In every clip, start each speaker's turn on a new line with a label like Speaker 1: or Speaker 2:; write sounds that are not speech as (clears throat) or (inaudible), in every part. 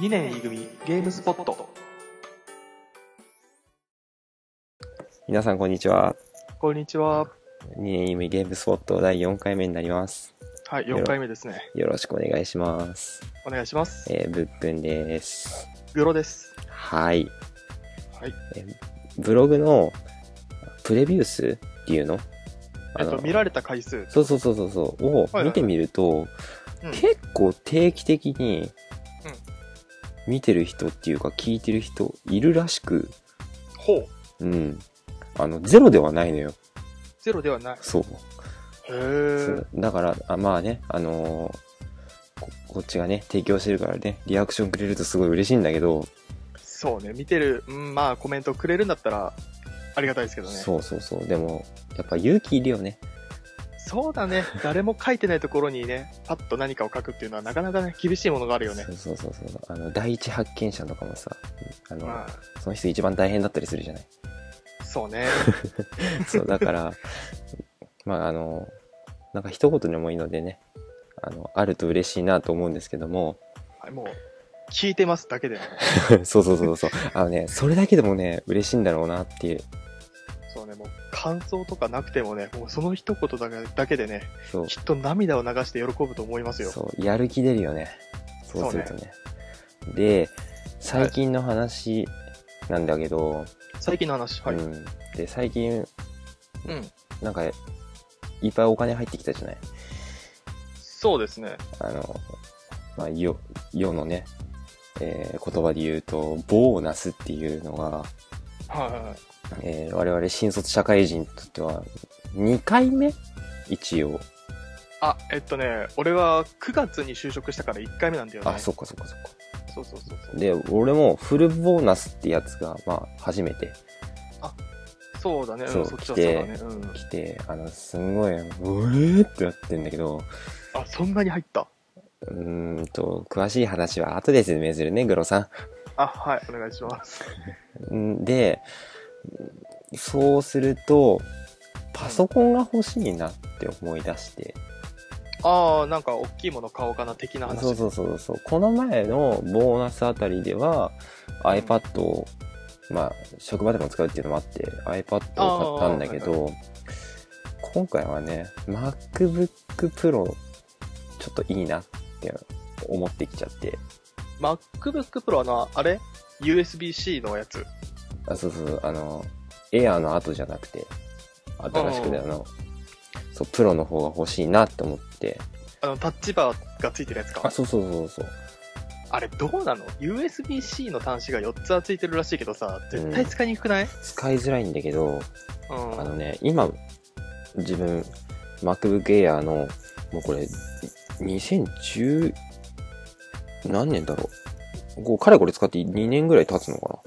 Speaker 1: 2年 E 組ゲームスポット
Speaker 2: 皆さんこんにちは。
Speaker 1: こんにちは
Speaker 2: 2年 E 組ゲームスポット第4回目になります。
Speaker 1: はい4回目ですね
Speaker 2: よろしくお願いします。
Speaker 1: お願いします
Speaker 2: えー、ぶっくんです。
Speaker 1: グロです
Speaker 2: はい。
Speaker 1: はい
Speaker 2: えーブログのプレビュー数っていうの
Speaker 1: えっ
Speaker 2: あ
Speaker 1: と
Speaker 2: の
Speaker 1: 見られた回数
Speaker 2: そうそうそうそうそう、を
Speaker 1: はいはい
Speaker 2: 見てみると、
Speaker 1: うん
Speaker 2: 結構定期的に見てる人っていうか聞いてる人いるらしく、
Speaker 1: ほう
Speaker 2: うん。あの、ゼロではないのよ。
Speaker 1: ゼロではない
Speaker 2: そう。
Speaker 1: へ
Speaker 2: そう
Speaker 1: ー
Speaker 2: だから、あまあね、あのーこ、こっちがね、提供してるからね、リアクションくれるとすごい嬉しいんだけど、
Speaker 1: そうね見てるうんまあコメントくれるんだったらありがたいですけどねそう
Speaker 2: そうそうそう。でも、やっぱ勇気いるよね。
Speaker 1: だね誰も書いてないところにねパッと何かを書くっていうのはなかなかね厳しいものがあるよね
Speaker 2: そうそうそうそう。あの、第一発見者とかもさ、あの、
Speaker 1: ま
Speaker 2: その人一番大変だったりするじゃない。 (laughs)
Speaker 1: あそうね
Speaker 2: そう、だから、まあ、あの、なんか一言でもいいのでね、あの、あると嬉しいなと思うんですけども、 (laughs)
Speaker 1: はいもう聞いてますだけで、ね、
Speaker 2: そうそうそうそう。あのね、それだけでもね、嬉しいんだろうなっていう。
Speaker 1: そうねもう感想とかなくてもねもうその一言だけだけでね
Speaker 2: そう。
Speaker 1: きっと涙を流して喜ぶと思いますよ。
Speaker 2: そう、やる気出るよね。そうするとね。で、最近の話なんだけど、
Speaker 1: 最近の話、はい。
Speaker 2: う
Speaker 1: うん。
Speaker 2: ん。で、最近、なんか、いっぱいお金入ってきたじゃない
Speaker 1: そうですね。
Speaker 2: あの、まあ、世、世のね、えー言葉で言うと、ボーナスっていうのが、
Speaker 1: はいはいはい。
Speaker 2: えー我々新卒社会人にとっては、2回目一応。
Speaker 1: あ、えっとね、俺は9月に就職したから1回目なんだよね。
Speaker 2: あ、そっかそっかそっか。
Speaker 1: そうそうそうそう。
Speaker 2: で、俺もフルボーナスってやつが、まあ、初めて
Speaker 1: そうだね。
Speaker 2: そう
Speaker 1: うん、そっちはそう
Speaker 2: 来て
Speaker 1: だね。うん。
Speaker 2: 来て、あの、すんごい、うえーってなってんだけど、
Speaker 1: あ、そんなに入った。
Speaker 2: うーんと、詳しい話は後で説明するね、グロさ
Speaker 1: あ、はい、お願いし
Speaker 2: (laughs)
Speaker 1: ます。
Speaker 2: んうん。で、そうすると、パソコンが欲しいなって思い出して、
Speaker 1: あー、なんか大きいもの買おうかな、的な話。
Speaker 2: そうそうそうそう、この前のボーナスあたりでは、iPad を、まあ、職場でも使うっていうのもあって、iPad を買ったんだけど、今回はね、MacBook Pro、ちょっといいなって思ってきちゃって、
Speaker 1: MacBook Pro はな、あれ ?USB-C のやつ。
Speaker 2: あ、そうそう、あの、エアーの後じゃなくて、新しくね、あの、そう、プロの方が欲しいなって思って。
Speaker 1: あの、タッチバーがついてるやつ
Speaker 2: あ、
Speaker 1: か。
Speaker 2: そうそうそうそう。
Speaker 1: あれ、どうなの ?USB-C の端子が4つはついてるらしいけどさ、絶対使いにくくない、
Speaker 2: 使いづらいんだけど、
Speaker 1: うん、
Speaker 2: あのね、今、自分、MacBook Air の、もうこれ、2010、何年だろう。こう、かれこれ使って2年ぐらい経つのか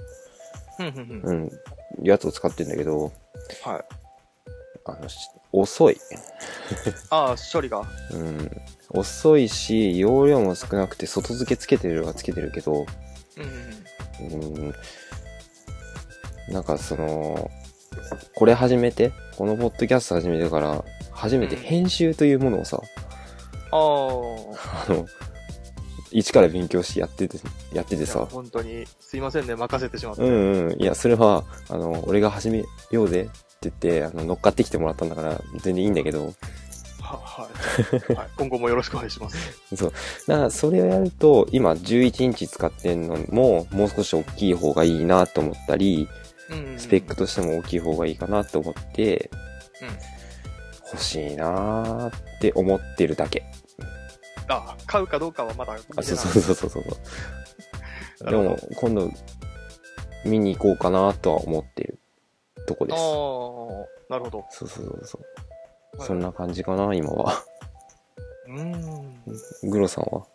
Speaker 1: うんうんうん。
Speaker 2: な。うん。やつを使ってんだけど、
Speaker 1: はい。
Speaker 2: あの、し遅い。
Speaker 1: ああ、処理が。
Speaker 2: うん。遅いし、容量も少なくて、外付けつけてるはつけてるけど、
Speaker 1: うんうんうん。
Speaker 2: うんなんかその、これ始めて、このポッドキャスト始めてから、初めて編集というものをさ、
Speaker 1: ああ。
Speaker 2: あの、一から勉強してやってて、やってて
Speaker 1: いや
Speaker 2: さ、
Speaker 1: 本当に、すいませんね、任せてしまって。
Speaker 2: うんうん、いや、それは、あの、俺が始めようぜって言って、あの、乗っかってきてもらったんだから、全然いいんだけど、
Speaker 1: は、はい。はい。今後もよろしくお願いし
Speaker 2: (laughs)
Speaker 1: ます。
Speaker 2: だからそれをやると、今11インチ使ってんのも、もう少し大きい方がいいなと思ったり、
Speaker 1: うん
Speaker 2: スペック。としても大きい方がいいかなと思って、
Speaker 1: うん
Speaker 2: 欲しいなーって思ってるだけ。
Speaker 1: あ、買うかどうかはまだ見てな
Speaker 2: あ、
Speaker 1: い。
Speaker 2: そうそうそうそうそう。
Speaker 1: な
Speaker 2: で
Speaker 1: るほ
Speaker 2: も、今度、見に行こうかなとは思ってるとこで
Speaker 1: あ
Speaker 2: す。
Speaker 1: あ、なるほど。
Speaker 2: そうそうそうそう。
Speaker 1: はい
Speaker 2: そんな感じかな、今は。 (laughs)
Speaker 1: うん。
Speaker 2: グロさんは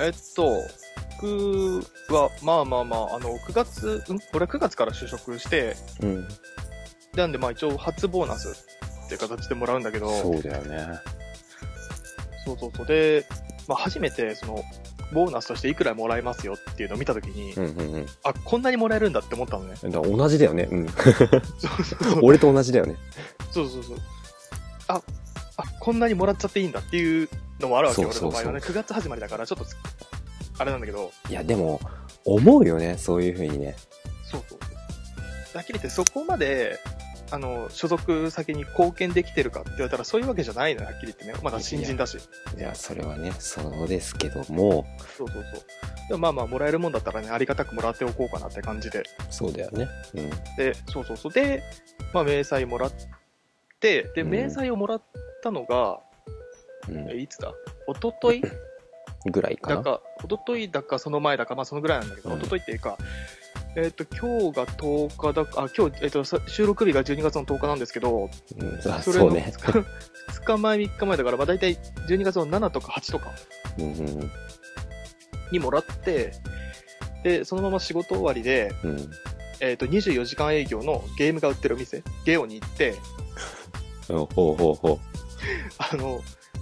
Speaker 1: えっと、僕は、まあまあまあ、あの、9月、うん俺9月から就職して、
Speaker 2: うん。
Speaker 1: なんでまあ一応初ボーナスっていう形でもらうんだけど、
Speaker 2: そうだよね。
Speaker 1: そうそうそう。で、まあ初めて、その、ボーナスとしていくらもらえますよっていうのを見たときに、
Speaker 2: うんうんうん。
Speaker 1: あ、こんなにもらえるんだって思ったのね。
Speaker 2: だから同じだよね。うん。 (laughs)
Speaker 1: そうそうそう。
Speaker 2: 俺と同じだよね。
Speaker 1: そうそうそう。あ、あ、こんなにもらっちゃっていいんだっていうのもあるわけ、
Speaker 2: そうそうそう
Speaker 1: 俺の場合はね。9月始まりだから、ちょっとすあれなんだけど、
Speaker 2: いや、でも、思うよね、そういうふうにね。
Speaker 1: そうそう。はっきり言ってそこまで、あの、所属先に貢献できてるかって言われたらそういうわけじゃないのよ、はっきり言ってね。まだ新人だし。
Speaker 2: いや、それはね、そうですけども、
Speaker 1: そうそうそう。でもまあまあ、もらえるもんだったらね、ありがたくもらっておこうかなって感じで。
Speaker 2: そうだよね。うん。
Speaker 1: で、そうそうそう。で、まあ、明細もらって、で、
Speaker 2: うん
Speaker 1: 明細をもらったのが、
Speaker 2: うん
Speaker 1: えいつだ一昨日
Speaker 2: ぐらいか
Speaker 1: だ
Speaker 2: な。
Speaker 1: か、一昨日だか、その前だか、まあそのぐらいなんだけど、
Speaker 2: うん
Speaker 1: 一昨日っていうか、えっ、と、今日が10日だか、あ、今日、えっ、と、さ収録日が12月の10日なんですけど、
Speaker 2: うん、あ、
Speaker 1: それの
Speaker 2: そう
Speaker 1: 2
Speaker 2: ね。
Speaker 1: 日 (laughs) 二日前、3日前だから、まあ大体12月の7とか8とか
Speaker 2: (laughs) うんうん
Speaker 1: にもらって、で、そのまま仕事終わりで、
Speaker 2: うん。うん
Speaker 1: えっ、と、24時間営業のゲームが売ってるお店、ゲオに行って、
Speaker 2: ほうほうほ
Speaker 1: あの、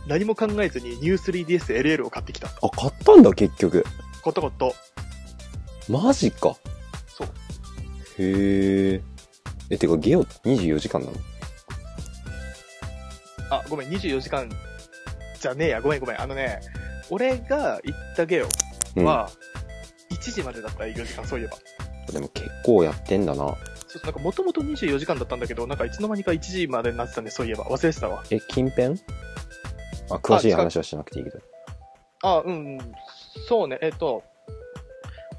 Speaker 1: 何も考えずに New3DSLL を買ってきた。
Speaker 2: う。あ、買ったんだ、結局。
Speaker 1: コトコト。
Speaker 2: マジか。
Speaker 1: そう。
Speaker 2: へえ。え、てか、ゲオ24時間なの
Speaker 1: あ、ごめん、24時間じゃねえや。ごめんごめん。あのね、俺が行ったゲオ
Speaker 2: うん。
Speaker 1: は、1時までだった営業時間、そういえば。
Speaker 2: でも結構やってんだな。
Speaker 1: そうなんかもともと24時間だったんだけど、なんかいつの間にか1時までになってたんで、そういえば。忘れてたわ。
Speaker 2: え、近辺あ、詳しい話はしなくていいけど。
Speaker 1: あ、うん、そうね、えっと、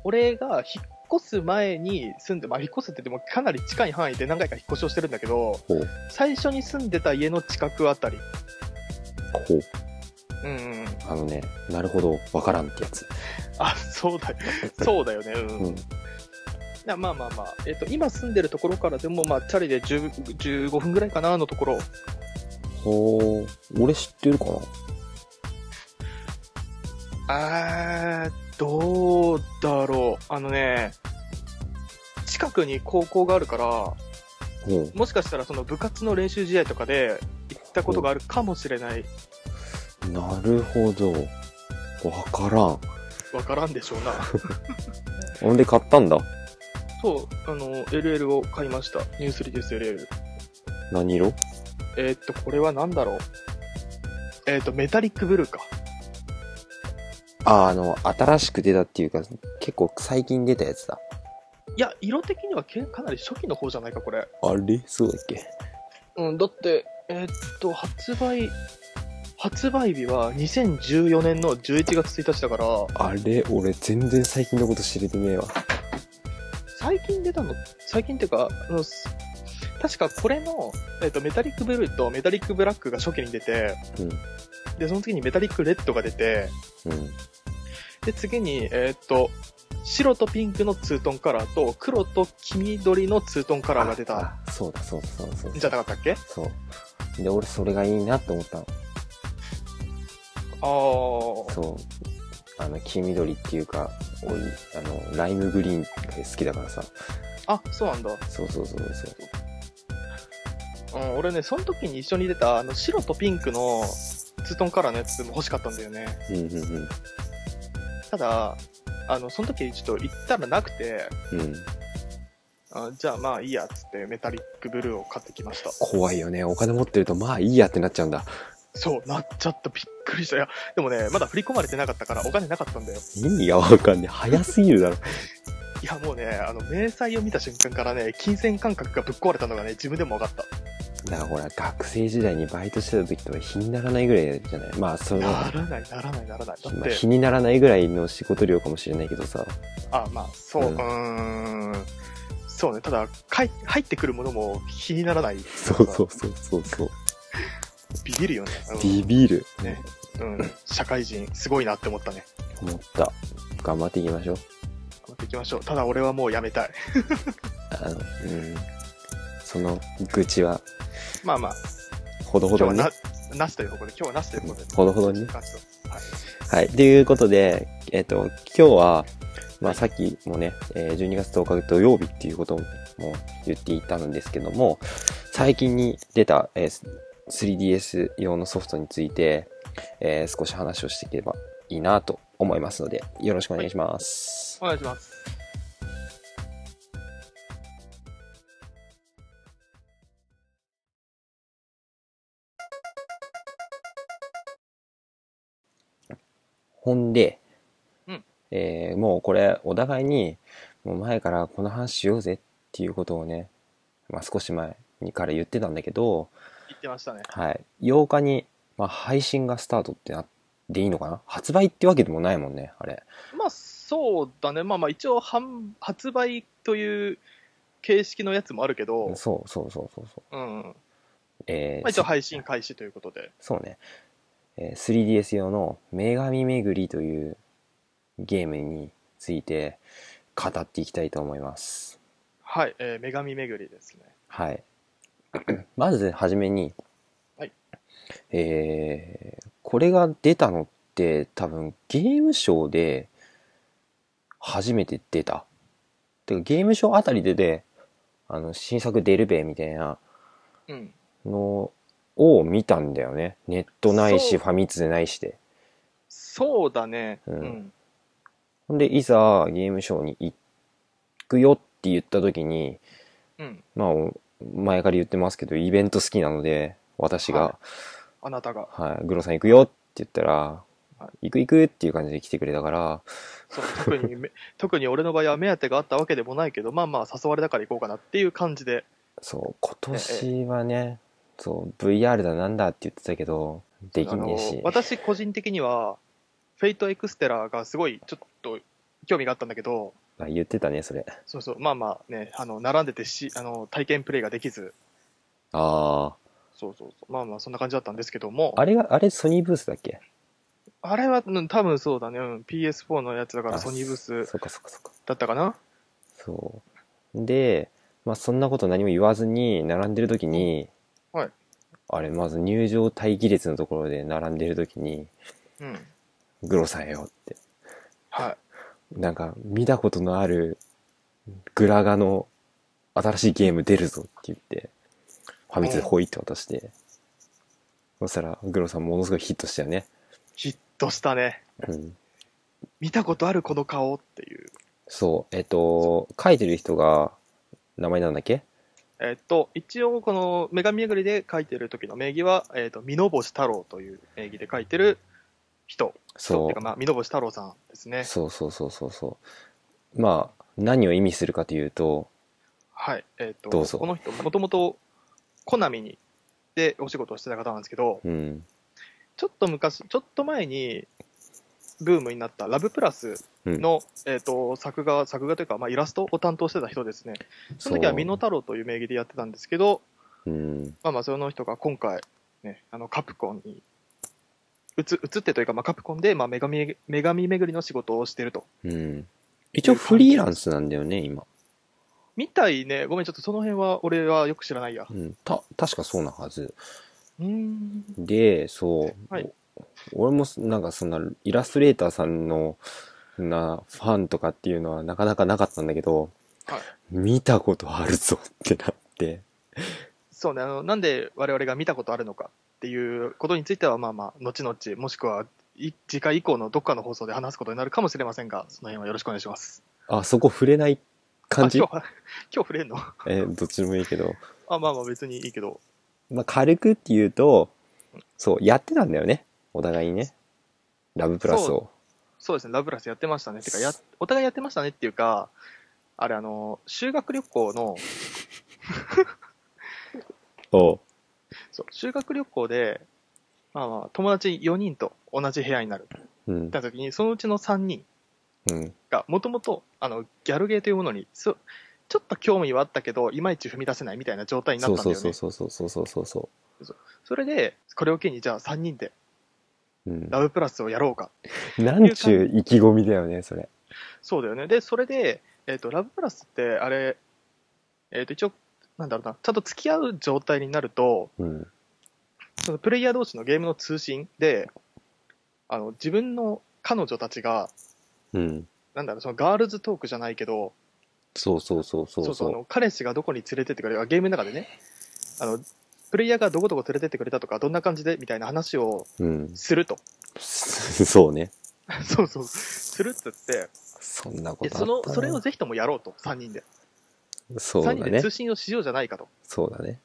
Speaker 1: 俺が引っ越す前に住んで、まあ、引っ越すって言ってもかなり近い範囲で何回か引っ越しをしてるんだけど、
Speaker 2: ほう。
Speaker 1: 最初に住んでた家の近くあたり。
Speaker 2: ほう。
Speaker 1: うんうんうん。
Speaker 2: あのね、なるほど、わからんってやつ。
Speaker 1: あ、そうだよ。そうだよね。うん。
Speaker 2: うん。
Speaker 1: なまあまあまあ、えっと、今住んでるところからでも、まあ、チャリで10 15分ぐらいかなのところ。
Speaker 2: ほう。俺知ってるかな
Speaker 1: あー、どうだろう。あのね、近くに高校があるから、
Speaker 2: ほう。
Speaker 1: もしかしたらその部活の練習試合とかで行ったことがあるかもしれない。
Speaker 2: なるほど。わからん。
Speaker 1: わからんでしょうな。
Speaker 2: ほんで買ったんだ。
Speaker 1: (laughs) そう、あの、LL を買いました。ニュースリです LL。
Speaker 2: 何色
Speaker 1: えーっと、これは何だろう。えーっと、メタリックブルーか。
Speaker 2: あ、あの、新しく出たっていうか、結構最近出たやつだ。
Speaker 1: いや、色的にはけかなり初期の方じゃないか、これ。
Speaker 2: あれそうだっけ
Speaker 1: うん、だって、えーっと、発売、発売日は2014年の11月1日だから、
Speaker 2: あれ俺全然最近のこと知れてねえわ。
Speaker 1: 最近出たの、最近っていうか、あの、す確かこれの、えーっと、メタリックブルーとメタリックブラックが初期に出て、
Speaker 2: うん。
Speaker 1: で、その次にメタリックレッドが出て、
Speaker 2: うん。
Speaker 1: で、次に、えーっと、白とピンクのツートンカラーと、黒と黄緑のツートンカラーが出た、
Speaker 2: あ。そうだそうだそうだそうだ。
Speaker 1: じゃなかったっけ
Speaker 2: そう。で、俺それがいいなって思ったの。
Speaker 1: あー、
Speaker 2: そう。あの、黄緑っていうか、俺、あの、ライムグリーンが好きだからさ。
Speaker 1: あ、そうなんだ。
Speaker 2: そうそうそうそう。
Speaker 1: うん、俺ね、その時に一緒に出た、あの、白とピンクのツートンカラーのやつも欲しかったんだよね。
Speaker 2: うんうん
Speaker 1: ただ、あの、その時ちょっと行ったらなくて、
Speaker 2: うん。うん。
Speaker 1: あじゃあまあいいや、つってメタリックブルーを買ってきました。
Speaker 2: 怖いよね。お金持ってると、まあいいやってなっちゃうんだ。
Speaker 1: そう、なっちゃった。びっくりした。いや、でもね、まだ振り込まれてなかったからお金なかったんだよ。
Speaker 2: 意味がわかんねえ。早すぎるだろ。
Speaker 1: いや、もうね、あの、明細を見た瞬間からね、金銭感覚がぶっ壊れたのがね、自分でも分かった。
Speaker 2: だからほら、学生時代にバイトしてた時とか日にならないぐらいじゃないまあ、その、
Speaker 1: ならない、ならない、ならない。だっ
Speaker 2: まあ
Speaker 1: て、
Speaker 2: 日にならないぐらいの仕事量かもしれないけどさ。
Speaker 1: あ、まあ、そう、
Speaker 2: う
Speaker 1: うんーん。そうね、ただ、かい入ってくるものも気にならない。
Speaker 2: そうそうそうそうそう。
Speaker 1: ビビるよね。うん
Speaker 2: ビビる。
Speaker 1: ね。うん、社会人、すごいなって思ったね。
Speaker 2: 思った。頑張っていきましょう。
Speaker 1: 頑張っていきましょう。ただ俺はもうやめた
Speaker 2: (laughs)
Speaker 1: い。
Speaker 2: あの、うん。その愚痴は、
Speaker 1: まあまあ、
Speaker 2: ほどほ
Speaker 1: 今日
Speaker 2: ど
Speaker 1: は
Speaker 2: にね。
Speaker 1: な、なしということで、今日はなしということで。
Speaker 2: ほどほどにね
Speaker 1: なしと
Speaker 2: はい。ということで、えっ、と、今日は、まあ、さっきもね、えー12月10日土曜日っていうことも言っていたんですけども、最近に出た、えー 3DS 用のソフトについて、えー少し話をしていければいいなと思いますので、よろしくお願いします。
Speaker 1: お願いします。
Speaker 2: ほんで、
Speaker 1: うん
Speaker 2: えーもうこれお互いにもう前からこの話しようぜっていうことをね、まあ、少し前にから言ってたんだけど、
Speaker 1: 言ってましたね。
Speaker 2: はい、8日に、まあ、配信がスタートってなっていいのかな発売ってわけでもないもんねあれ
Speaker 1: まあ、そうだね。まあまあ、一応販、発売という形式のやつもあるけど、
Speaker 2: そうそうそうそうそう
Speaker 1: うん。ま
Speaker 2: えー
Speaker 1: あ、一応配信開始ということで。
Speaker 2: そうね、えー 3DS 用の「女神巡り」というゲームについて語っていきたいと思います
Speaker 1: はい、えー女神巡りですね。
Speaker 2: はいまずはじめに、
Speaker 1: はい
Speaker 2: えーこれが出たのって多分ゲームショーで初めて出たてかゲームショーあたりでであの新作出るべみたいな
Speaker 1: うん。
Speaker 2: のを見たんだよねネットないし
Speaker 1: そう
Speaker 2: ファミ通ないしで
Speaker 1: そうだね。
Speaker 2: う
Speaker 1: うんん。
Speaker 2: ほんで、いざゲームショーに行くよって言った時に、
Speaker 1: うん。
Speaker 2: まあ、お前から言ってますけど、イベント好きなので、私が、
Speaker 1: あなたが。
Speaker 2: はい、グロさん行くよって言ったら、
Speaker 1: は
Speaker 2: 行く行くっていう感じで来てくれたから、
Speaker 1: そう特にめ、 (laughs) 特に俺の場合は目当てがあったわけでもないけど、まあまあ、誘われたから行こうかなっていう感じで。
Speaker 2: そう、今年はね、そう、VR だなんだって言ってたけど、できねえ
Speaker 1: あの
Speaker 2: し、
Speaker 1: 私個人的には、フェイトエクステラがすごいちょっと興味があったんだけど、
Speaker 2: あ言ってたね、それ。
Speaker 1: そうそう、まあまあね、あの、並んでてし、あの、体験プレイができず、
Speaker 2: あ
Speaker 1: そうそうそう、まあまあそんな感じだったんですけども、
Speaker 2: あ、あれが、あれソニーブースだっけ
Speaker 1: あれは、うん、多分そうだね、うん、PS4 のやつだから
Speaker 2: あ
Speaker 1: ソニーブース
Speaker 2: そっかそっかそっか。
Speaker 1: だったかな。
Speaker 2: そう。で、まあ、そんなこと何も言わずに、並んでる時に、
Speaker 1: はい
Speaker 2: あれ、まず入場待機列のところで並んでる時に、
Speaker 1: うん。
Speaker 2: グロさんよって、
Speaker 1: はい。
Speaker 2: なんか、見たことのあるグラガの新しいゲーム出るぞって言って、ファミツでほいって渡して、そしたら、グロさんものすごいヒットしたよね。
Speaker 1: ヒットしたね。
Speaker 2: うん。
Speaker 1: 見たことあるこの顔っていう。
Speaker 2: そう。えっと、書いてる人が、名前なんだっけ
Speaker 1: えっと、一応この女神巡りで書いてる時の名義は、えっと、箕星太郎という名義で書いてる人。人って
Speaker 2: そ
Speaker 1: いうか、まあ、箕星太郎さんです
Speaker 2: う。
Speaker 1: ね。
Speaker 2: そうそうそうそうそう。まあ、何を意味するかというと、
Speaker 1: はい。えっ、
Speaker 2: どう
Speaker 1: と、
Speaker 2: ぞ
Speaker 1: この人、もともと、コナミに、でお仕事をしてた方なんですけど、
Speaker 2: うん。
Speaker 1: ちょっと昔、ちょっと前に、ブームになったラブプラスの、えっ、と、作画、作画というか、まあ、イラストを担当してた人ですね。その時は美濃太郎という名義でやってたんですけど、
Speaker 2: そううん。
Speaker 1: まあまあ、その人が今回、ね、あの、カプコンに、うつ、移ってというか、まあ、カプコンで、まあ、女神、女神巡りの仕事をしてると。
Speaker 2: うん。一応フリーランスなんだよね、今。
Speaker 1: みたいね、ごめん、ちょっとその辺は、俺はよく知らないや
Speaker 2: う。ん。た、確かそうなはず。
Speaker 1: うーん。
Speaker 2: で、そう。
Speaker 1: はい
Speaker 2: お俺もす、なんかそんな、イラストレーターさんの、な、ファンとかっていうのはなかなかなかったんだけど、
Speaker 1: はい
Speaker 2: 見たことあるぞってなって、
Speaker 1: そうね、あのなんで我々が見たことあるのかっていうことについては、まあまあ、後々、もしくはい次回以降のどっかの放送で話すことになるかもしれませんが、その辺はよろしくお願いします。
Speaker 2: あ、そこ触れない感じ
Speaker 1: あ今日は、今日触れんのあ、
Speaker 2: え、どっちでもいいけど。
Speaker 1: まあまあ別にいいけど、
Speaker 2: まあ、軽くって言うと、そう、やってたんだよね。お互いにね。ラブプラスを。
Speaker 1: そうですね、ラブラスやってましたね。てかや、お互いやってましたねっていうか、あれ、あの、修学旅行の、
Speaker 2: おう
Speaker 1: そう修学旅行で、まあまあ、友達4人と同じ部屋になる。
Speaker 2: うん
Speaker 1: っ。た時に、そのうちの3人
Speaker 2: うん。
Speaker 1: が、もともと、あの、ギャルゲーというものに、そちょっと興味はあったけど、いまいち踏み出せないみたいな状態になっ
Speaker 2: そう
Speaker 1: たんだ
Speaker 2: そう
Speaker 1: よ
Speaker 2: そ
Speaker 1: ね
Speaker 2: う。そうそうそうそうそ
Speaker 1: それで、これを機に、じゃあ3人で
Speaker 2: う。うん。
Speaker 1: ラブプラスをやろうか。
Speaker 2: なんちゅう意気込みだよね、それ。
Speaker 1: そうだよね。で、それで、えっ、と、ラブプラスって、あれ、えっ、と、一応、なんだろうな、ちゃんと付き合う状態になると、
Speaker 2: うん。
Speaker 1: そのプレイヤー同士のゲームの通信で、あの、自分の彼女たちが、
Speaker 2: うん。
Speaker 1: なんだろう、そのガールズトークじゃないけど、
Speaker 2: そうそうそう
Speaker 1: そう
Speaker 2: そう
Speaker 1: そう
Speaker 2: そ
Speaker 1: あの、彼氏がどこに連れてってくれるか、ゲームの中でね、あの、プレイヤーがどこどこ連れてってくれたとか、どんな感じでみたいな話を
Speaker 2: う。うん。
Speaker 1: すると。 (laughs)
Speaker 2: (laughs) そうね。
Speaker 1: そうそう。するっつって、
Speaker 2: そんなこ
Speaker 1: で
Speaker 2: とあ
Speaker 1: その
Speaker 2: ったな
Speaker 1: それをぜひともやろうと、3人で。
Speaker 2: そうだ
Speaker 1: 3人で
Speaker 2: ね
Speaker 1: 通。信をしようじゃないかと。
Speaker 2: そうだね。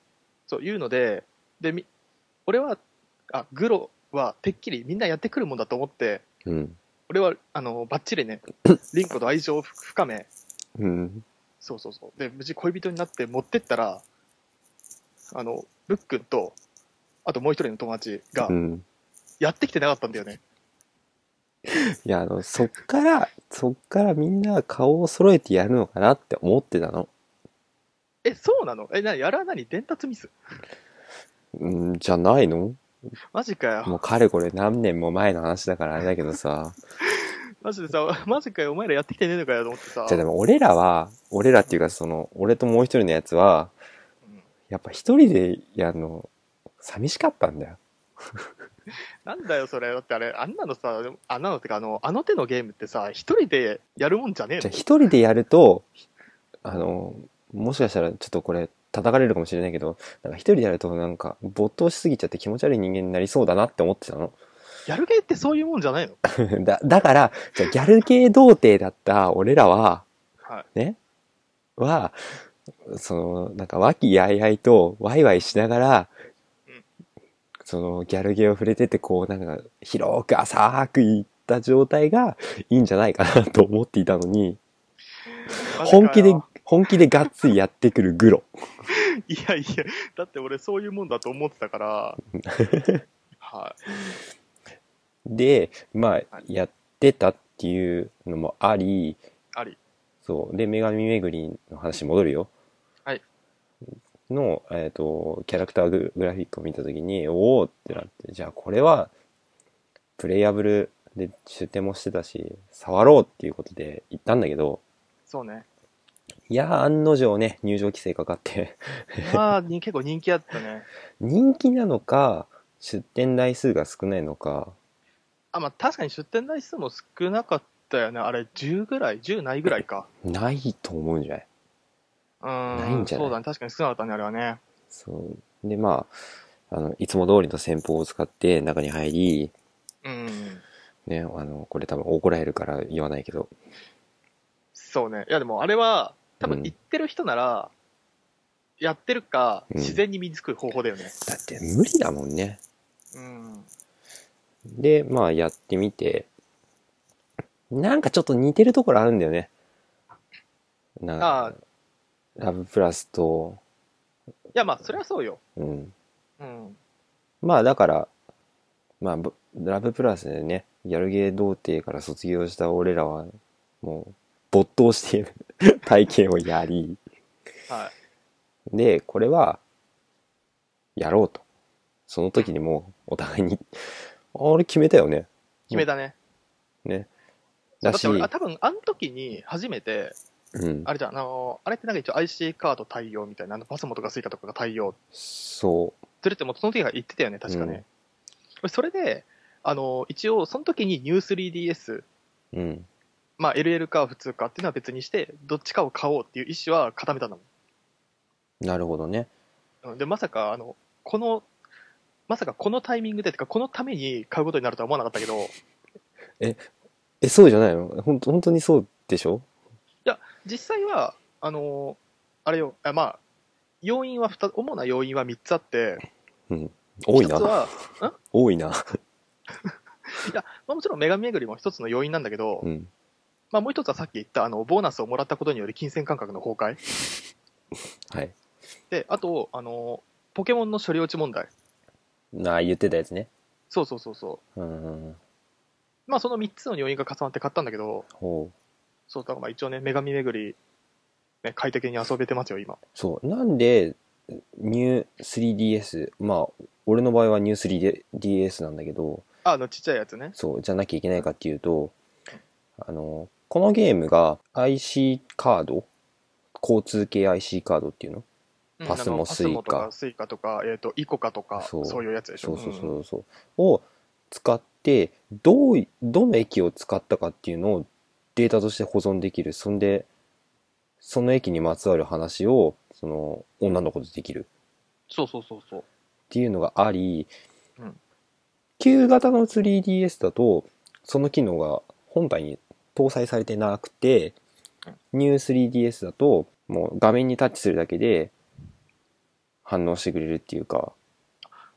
Speaker 1: そういうので、で、み俺は、あ、グロはてっきりみんなやってくるもんだと思って、
Speaker 2: うん。
Speaker 1: 俺は、あの、ばっちり
Speaker 2: (laughs)
Speaker 1: ね、リンコと愛情を深め、
Speaker 2: うん。
Speaker 1: そうそうそう。で、無事恋人になって持ってったら、あの、ルックンと、あともう一人の友達が
Speaker 2: う、ん。
Speaker 1: やってきてなかったんだよね。
Speaker 2: いや、あの、そっから、そっからみんな顔を揃えてやるのかなって思ってたの。
Speaker 1: え、そうなのえ、な、やらなに伝達ミス
Speaker 2: うん、じゃないの
Speaker 1: マジかよ。
Speaker 2: もうかれこれ何年も前の話だからあれだけどさ。
Speaker 1: マジでさ、マジかよ、お前らやってきてねえのかよと思ってさ。
Speaker 2: じゃあでも俺らは、俺らっていうかその、俺ともう一人のやつは、
Speaker 1: うん
Speaker 2: やっぱ一人でやるの、寂しかったんだよ。
Speaker 1: なんだよ、それ。だってあれ、あんなのさ、あんなのってか、あの、あの手のゲームってさ、一人でやるもんじゃねえ (laughs)
Speaker 2: じゃ
Speaker 1: の
Speaker 2: あ一人でやると、あの、もしかしたらちょっとこれ叩かれるかもしれないけど、なんか一人でやるとなんか没頭しすぎちゃって気持ち悪い人間になりそうだなって思ってた
Speaker 1: (laughs)
Speaker 2: の。
Speaker 1: やるゲーってそういうもんじゃ
Speaker 2: (laughs)
Speaker 1: ないの
Speaker 2: だ、だから、じゃあギャル系童貞だった俺らは、
Speaker 1: はい。
Speaker 2: ね、は、その、なんか、和気あいあいと、ワイワイしながら
Speaker 1: うん、
Speaker 2: その、ギャルゲーを触れてて、こう、なんか、広く浅くいった状態がいいんじゃないかなと思っていたのに、
Speaker 1: マジかよ
Speaker 2: 本気で、本気でがっつりやってくるグロ。
Speaker 1: いやいや、だって俺そういうもんだと思ってた
Speaker 2: (laughs)
Speaker 1: から。はい。
Speaker 2: で、まあ
Speaker 1: は、
Speaker 2: やってたっていうのもあり、
Speaker 1: あり。
Speaker 2: そう。で、女神巡りの話に戻るよ。
Speaker 1: はい。
Speaker 2: の、えっ、と、キャラクターググラフィックを見たときに、おおってなって、じゃあこれは、プレイアブルで出店もしてたし、触ろうっていうことで行ったんだけど、
Speaker 1: そうね。
Speaker 2: いやー、案の定ね、入場規制かかって、 (laughs)
Speaker 1: まあ、に結構人気あったね。
Speaker 2: 人気なのか、出店台数が少ないのか、
Speaker 1: あ、まあ確かに出店台数も少なかったよね。あれ、10ぐらい ?10 ないぐらいか。
Speaker 2: ないと思うんじゃないう
Speaker 1: ーん。
Speaker 2: ないんじゃな
Speaker 1: そ
Speaker 2: い
Speaker 1: うだね。確かに少なかったね、あれはね。
Speaker 2: そう。で、まあ、あの、いつも通りの戦法を使って中に入り、
Speaker 1: うん。
Speaker 2: ね、あの、これ多分怒られるから言わないけど、
Speaker 1: そうね。いや、でもあれは、多
Speaker 2: うん
Speaker 1: 分行ってる人なら、やってるか、
Speaker 2: うん
Speaker 1: 自然に身につく方法だよね。
Speaker 2: だって無理だもんね。
Speaker 1: うん。
Speaker 2: で、まあやってみて、なんかちょっと似てるところあるんだよね。なん
Speaker 1: ああ、
Speaker 2: か、ラブプラスと、
Speaker 1: いや、まあ、それはそうよ。
Speaker 2: うん。
Speaker 1: うん。
Speaker 2: まあだから、まあ、ぶラブプラスでね、ギャルゲー童貞から卒業した俺らは、もう、没頭している (laughs) 体験をやり、
Speaker 1: はい。
Speaker 2: で、これは、やろうと。その時にもう、お互いに、あ俺決めたよね。
Speaker 1: 決めたね。
Speaker 2: ね。
Speaker 1: だ
Speaker 2: だ
Speaker 1: って
Speaker 2: し、
Speaker 1: 俺、あ多分あの時に初めて、
Speaker 2: うん
Speaker 1: あ。れじゃん、あのーあれってなんか一応 IC カード対応みたいな、あのパスモとかスイカとかが対応
Speaker 2: そ
Speaker 1: するって、もうその時が言ってたよね、確かね。俺それで、あのー一応、その時に New3DS、
Speaker 2: う。うん。
Speaker 1: まあ、LL か普通かっていうのは別にして、どっちかを買おうっていう意思は固めたんだも
Speaker 2: なるほどね。
Speaker 1: んうん。で、まさか、あの、この、まさかこのタイミングで、てかこのために買うことになるとは思わなかったけど、
Speaker 2: え、そうじゃないのほんと本当にそうでしょ
Speaker 1: 実際は、あのーあれよ、あまあ、要因は二つ、主な要因は3つあって、
Speaker 2: 多い
Speaker 1: 一つ
Speaker 2: な。
Speaker 1: は、
Speaker 2: 多いな。
Speaker 1: まあ、もちろん女神巡りも一つの要因なんだけど、
Speaker 2: うん。
Speaker 1: まあ、もう一つはさっき言ったあのボーナスをもらったことによる金銭感覚の崩壊
Speaker 2: はい。
Speaker 1: であとあのポケモンの処理落ち問題
Speaker 2: なあ、言ってたやつね。
Speaker 1: そうそうそうそ
Speaker 2: うん。
Speaker 1: うまあその3つの要因が重なって買ったんだけど
Speaker 2: ほう。
Speaker 1: そうだからまあ一応ね女神巡り、ね、快適に遊べてますよ今
Speaker 2: そう。なんで、ニュー 3DS。まあ、俺の場合はニュー 3DS なんだけど、
Speaker 1: ああのちっちゃいやつね
Speaker 2: そう、じゃなきゃいけないかっていうと、あの、このゲームが IC カード交通系 IC カードっていうの
Speaker 1: うん
Speaker 2: パスモ
Speaker 1: あの
Speaker 2: スイ
Speaker 1: パ
Speaker 2: カ
Speaker 1: とかスイカとか、えー、とイコカとか
Speaker 2: そ
Speaker 1: そうういうやつでし
Speaker 2: そ
Speaker 1: ょ
Speaker 2: うそう
Speaker 1: うん
Speaker 2: そうそう、を使ってどういどの駅を使ったかっていうのをデータとして保存できるそんでその駅にまつわる話をその女の子とできるっ
Speaker 1: そうそうそうそう
Speaker 2: ていうのがあり、
Speaker 1: うん
Speaker 2: 旧型の 3DS だとその機能が本体に搭載されてなくて、ニュー 3DS だともう画面にタッチするだけで反応してくれるっていうか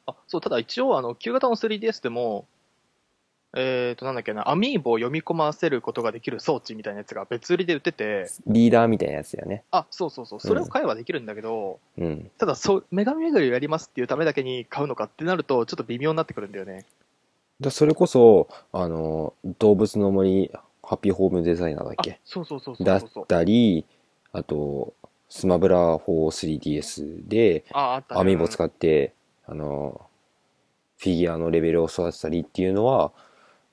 Speaker 1: あそうただ一応あの旧型の 3DS でもえっ、と、なんだっけな、アミーボを読み込ませることができる装置みたいなやつが別売りで売ってて、
Speaker 2: リーダーみたいなやつだよね。
Speaker 1: あ、そうそうそう、それを買えばできるんだけど、
Speaker 2: うん。
Speaker 1: ただそう、女神巡りをやりますっていうためだけに買うのかってなると、ちょっと微妙になってくるんだよね。
Speaker 2: だそれこそ、あの、動物の森、ハッピーホームデザイナーだっ
Speaker 1: あ
Speaker 2: け、
Speaker 1: そうそうそうそう
Speaker 2: だ
Speaker 1: そ
Speaker 2: っ
Speaker 1: うそう。
Speaker 2: たり、あと、スマブラ 4-3DS で、
Speaker 1: あ、あった、
Speaker 2: アミーボ使
Speaker 1: っ
Speaker 2: って、あの、フィギュアのレベルを育てたりっていうのは、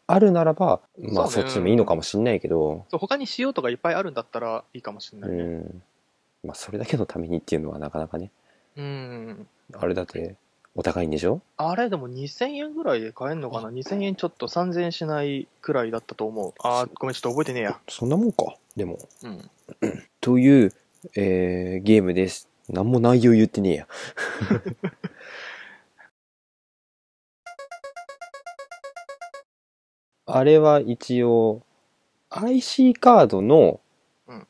Speaker 2: あるならば、まあ
Speaker 1: そ
Speaker 2: そう
Speaker 1: ね
Speaker 2: っちでもいいのかもしんないけど、
Speaker 1: そう他に仕様とかいっぱいあるんだったらいいかもしれ
Speaker 2: う
Speaker 1: ないね。
Speaker 2: ん。まあそれだけのためにっていうのはなかなかね、
Speaker 1: うん。
Speaker 2: あれだって、お高いんでしょ
Speaker 1: あれでも2000円ぐらいで買えるのかな ?2000 円ちょっと3000円しないくらいだったと思う。あー、ごめん、ちょっと覚えてねえや。
Speaker 2: そんなもんか、でも。
Speaker 1: うん。
Speaker 2: という、えーゲームです。何も内容言ってね
Speaker 1: (laughs)
Speaker 2: えや。あれは一応、IC カードの、
Speaker 1: うん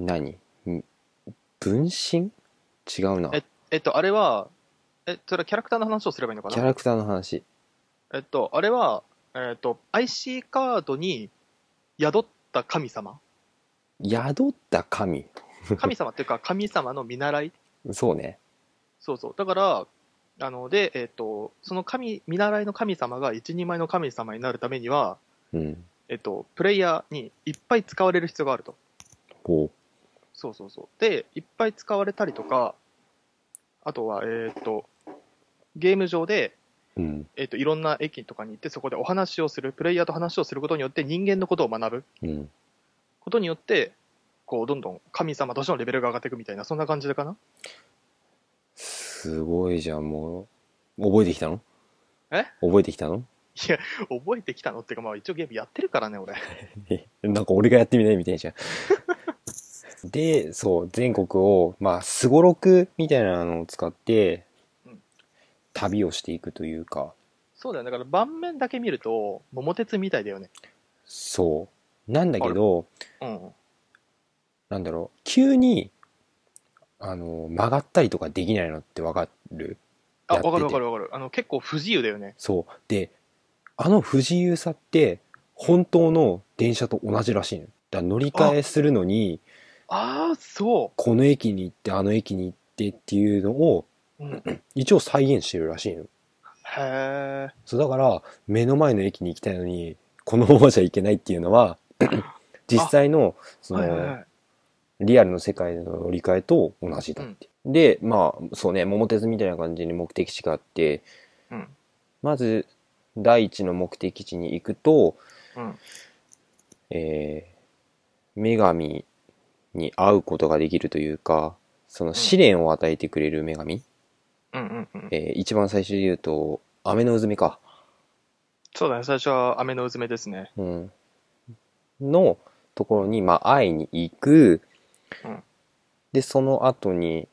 Speaker 2: 何ん分身違うな。
Speaker 1: えっと、あれは、え、それはキャラクターの話をすればいいのか
Speaker 2: キャ
Speaker 1: な
Speaker 2: ラクターの話。
Speaker 1: えっと、あれは、えっと、IC カードに宿った神様
Speaker 2: 宿った神。
Speaker 1: 神様っていうか、神様の見習い
Speaker 2: そうね。
Speaker 1: そうそう。だから、あの、で、えっと、その神、見習いの神様が一人前の神様になるためには、
Speaker 2: うん。
Speaker 1: えっと、プレイヤーにいっぱい使われる必要があると。
Speaker 2: こ
Speaker 1: そうそうそう。で、いっぱい使われたりとか、あとは、えーっと、ゲーム上で、
Speaker 2: う。うん。
Speaker 1: えーっと、いろんな駅とかに行って、そこでお話をする、プレイヤーと話をすることによって人間のことを学ぶ
Speaker 2: うん。
Speaker 1: ことによって、こう、どんどん神様としてのレベルが上がっていくみたいな、そんな感じでかな
Speaker 2: すごいじゃん、もう。覚えてきたの
Speaker 1: え
Speaker 2: 覚えてきたの
Speaker 1: 覚えてきたのっていうか、まあ一応ゲームやってるからね、俺。
Speaker 2: え (laughs) なんか俺がやってみないみたいじゃん。で、そう、全国を、まあ、すごろくみたいなのを使って
Speaker 1: うん、
Speaker 2: 旅をしていくというか、
Speaker 1: そうだよね。だから盤面だけ見ると、桃鉄みたいだよね。
Speaker 2: そう。なんだけど、
Speaker 1: うん。
Speaker 2: なんだろう、急に、あの、曲がったりとかできないのってわかる
Speaker 1: あ、
Speaker 2: やってて
Speaker 1: わかるわかるわかる。あの、結構不自由だよね。
Speaker 2: そう。で、あの不自由さって、本当の電車と同じらしいの。だから乗り換えするのに、
Speaker 1: ああ、そ
Speaker 2: この駅に行って、あの駅に行ってっていうのを、
Speaker 1: う。うん。へ
Speaker 2: 一応再現してるらしいの。
Speaker 1: え。
Speaker 2: そうだから目の前の駅に行きたいのにこのままじゃいけないっていうのは
Speaker 1: (coughs)
Speaker 2: 実際のそ
Speaker 1: はいはいは
Speaker 2: の
Speaker 1: い。
Speaker 2: リアルの世界での乗り換えと同じだって。でまあそうね桃鉄みたいな感じに目的地があって
Speaker 1: うん。
Speaker 2: まず第一の目的地に行くと、
Speaker 1: うん
Speaker 2: えー女神に会うことができるというかその試練を与えてくれる女神、
Speaker 1: うんうんうん。
Speaker 2: えー一番最初で言うと雨のうずみか。
Speaker 1: そうだね、最初は飴のうずめですね。
Speaker 2: うん、のところに、まあ、会いに行く、
Speaker 1: うん
Speaker 2: でその後に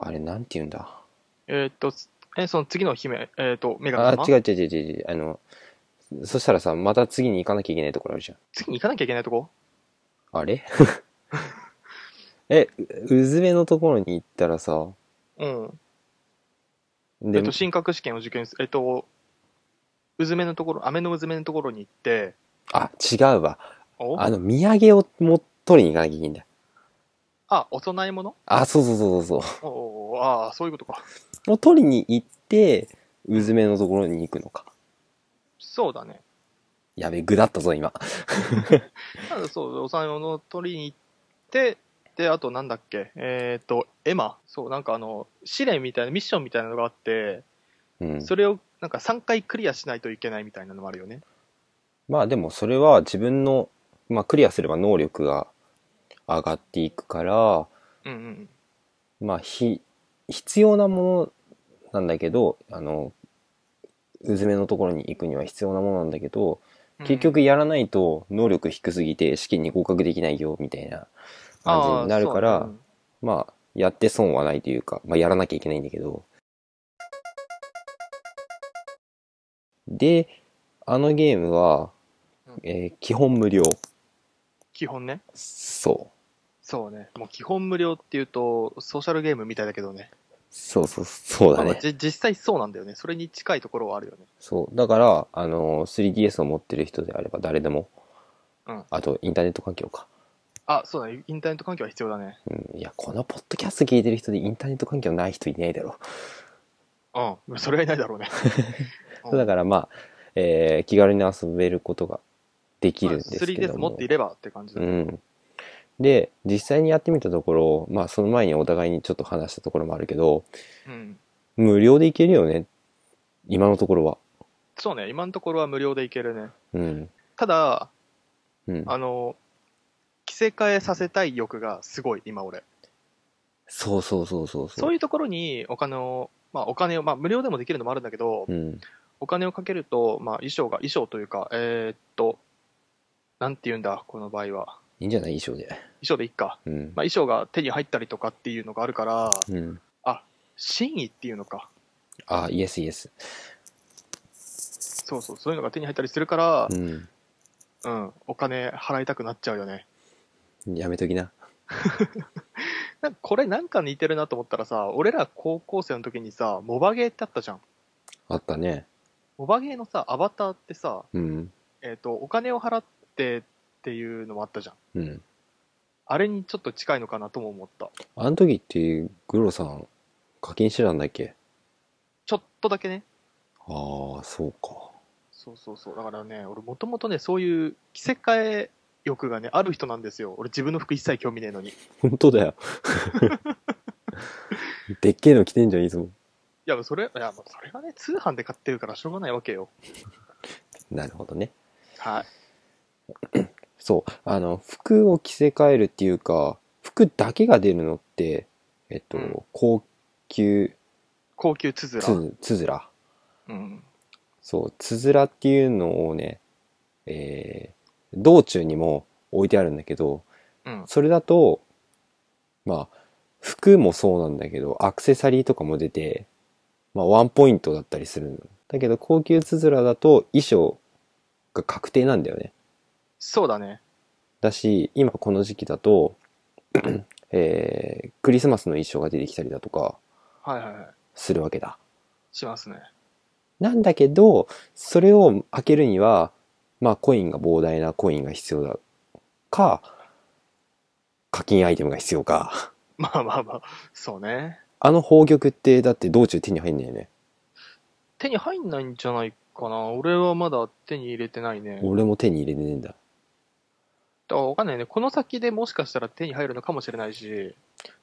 Speaker 2: あれなんて言うんだ
Speaker 1: えーっと、つえ、その次の姫、えーっと、女神
Speaker 2: あ
Speaker 1: 様
Speaker 2: 違う違う違う違うあのそしたらさまた次に行かなきゃいけないところあるじゃん
Speaker 1: 次に行かなきゃいけないとこ
Speaker 2: あれ (laughs) えううずめのところに行ったらさ
Speaker 1: うん。え
Speaker 2: で、
Speaker 1: ーっと、進学試験を受験する。えーっと、うずめのところ、飴のうずめのところに行って、
Speaker 2: あ違うわ
Speaker 1: お
Speaker 2: あの土産をも取りに行かなきゃいけないんだ
Speaker 1: あ、お供え物
Speaker 2: あそうそうそうそうそ
Speaker 1: おおああ、そういうことか。
Speaker 2: うを取りに行ってうずめのところに行くのか
Speaker 1: そうだね。
Speaker 2: やべ具だったぞ今
Speaker 1: ただそう、お供え物を取りに行って、で、あとなんだっけ、えーっと、エマ。そう、なんかあの、試練みたいな、ミッションみたいなのがあって、
Speaker 2: うん
Speaker 1: それをなんか3回クリアしないといけないみたいなのもあるよね。
Speaker 2: まあでもそれは自分の、まあ、クリアすれば能力が上がっていくから、
Speaker 1: うんうん。
Speaker 2: まあ、ひ必要なものなんだけどあのうずめのところに行くには必要なものなんだけど
Speaker 1: うん
Speaker 2: 結局やらないと能力低すぎて試験に合格できないよみたいな感じになるか
Speaker 1: あー
Speaker 2: ら
Speaker 1: そうね
Speaker 2: まあやって損はないというか、まあ、やらなきゃいけないんだけどであのゲームは
Speaker 1: うん、
Speaker 2: えー基本無料
Speaker 1: 基本ね。
Speaker 2: そ
Speaker 1: そうね。もう基本無料っていうと、ソーシャルゲームみたいだけどね。
Speaker 2: う。そうそう、そうだ
Speaker 1: まあま
Speaker 2: ね
Speaker 1: あ。じ実際そうなんだよね。それに近いところはあるよね。
Speaker 2: そう。だから、あの、3DS を持ってる人であれば誰でも、
Speaker 1: うん
Speaker 2: あと、インターネット環境か。
Speaker 1: あ、そうだね。インターネット環境は必要だね。
Speaker 2: うん。いや、このポッドキャスト聞いてる人でインターネット環境ない人いないだろ。
Speaker 1: うん。それはいないだろうね。うん
Speaker 2: だから、まあ、えー気軽に遊べることができるん
Speaker 1: (laughs)
Speaker 2: ですけど
Speaker 1: 3DS
Speaker 2: も。
Speaker 1: 持っていればって感じだ
Speaker 2: う
Speaker 1: ね。
Speaker 2: ん。で、実際にやってみたところ、まあ、その前にお互いにちょっと話したところもあるけど、
Speaker 1: うん。
Speaker 2: 無料でいけるよね。今のところは。
Speaker 1: そうね。今のところは無料でいけるね。
Speaker 2: うん。
Speaker 1: ただ、
Speaker 2: うん。
Speaker 1: あの、着せ替えさせたい欲がすごい、今俺。
Speaker 2: そうそうそうそうそう。
Speaker 1: そういうところにお金を、まあお金を、まあ無料でもできるのもあるんだけど、
Speaker 2: うん。
Speaker 1: お金をかけると、まあ衣装が、衣装というか、えーっと、なんて言うんだ、この場合は。
Speaker 2: いいんじゃない衣装で。
Speaker 1: 衣装でいっか。
Speaker 2: うん。
Speaker 1: まあ衣装が手に入ったりとかっていうのがあるから、
Speaker 2: うん。
Speaker 1: 真意っていうのか。
Speaker 2: あ、イエスイエス。
Speaker 1: そうそう、そういうのが手に入ったりするから
Speaker 2: う、ん。
Speaker 1: うん、お金払いたくなっちゃうよね。
Speaker 2: やめときな。
Speaker 1: なんかこれなんか似てるなと思ったらさ、俺ら高校生の時にさ、モバゲーってあったじゃん。
Speaker 2: あったね。
Speaker 1: モバゲーのさ、アバターってさ、
Speaker 2: うん。
Speaker 1: えっ、と、お金を払ってっていうのもあったじゃん。
Speaker 2: うん。
Speaker 1: あれにちょっと近いのかなとも思った。
Speaker 2: あの時って、グロさん、課金してたんだっけ
Speaker 1: ちょっとだけね。
Speaker 2: ああ、そうか。
Speaker 1: そうそうそう。だからね、俺もともとね、そういう着せ替え欲がね、ある人なんですよ。俺自分の服一切興味ねえのに。い
Speaker 2: 本当だよ。 (laughs) でっけえの着てんじゃん、いつも。
Speaker 1: や、それ、いや、それがね、通販で買ってるからしょうがないわけよ。
Speaker 2: なるほどね。
Speaker 1: はい。
Speaker 2: そう。あの、服を着せ替えるっていうか、服だけが出るのって、えっと、
Speaker 1: うん
Speaker 2: 高級
Speaker 1: 高級つづら。
Speaker 2: つ、つづら。
Speaker 1: うん。
Speaker 2: そう、つづらっていうのをね、えー、道中にも置いてあるんだけど、
Speaker 1: うん。
Speaker 2: それだと、まあ、服もそうなんだけど、アクセサリーとかも出て、まあ、ワンポイントだったりするの。だけど、高級つづらだと衣装が確定なんだよね。
Speaker 1: そうだね。
Speaker 2: だし、今この時期だと、 (clears throat) えークリスマスの衣装が出てきたりだとか
Speaker 1: はいはいはい。
Speaker 2: するわけだ。
Speaker 1: しますね。 (laughs)
Speaker 2: なんだけど、それを開けるには、まあ、コインが膨大なコインが必要だ。か、課金アイテムが必要か。
Speaker 1: まあまあまあ、そうね。
Speaker 2: あの宝玉って、だって道中手に入んないよね。
Speaker 1: 手に入んないんじゃないかな。俺はまだ手に入れてないね。
Speaker 2: 俺も手に入れてねえんだ。
Speaker 1: だからわかんないね。この先でもしかしたら手に入るのかもしれないし、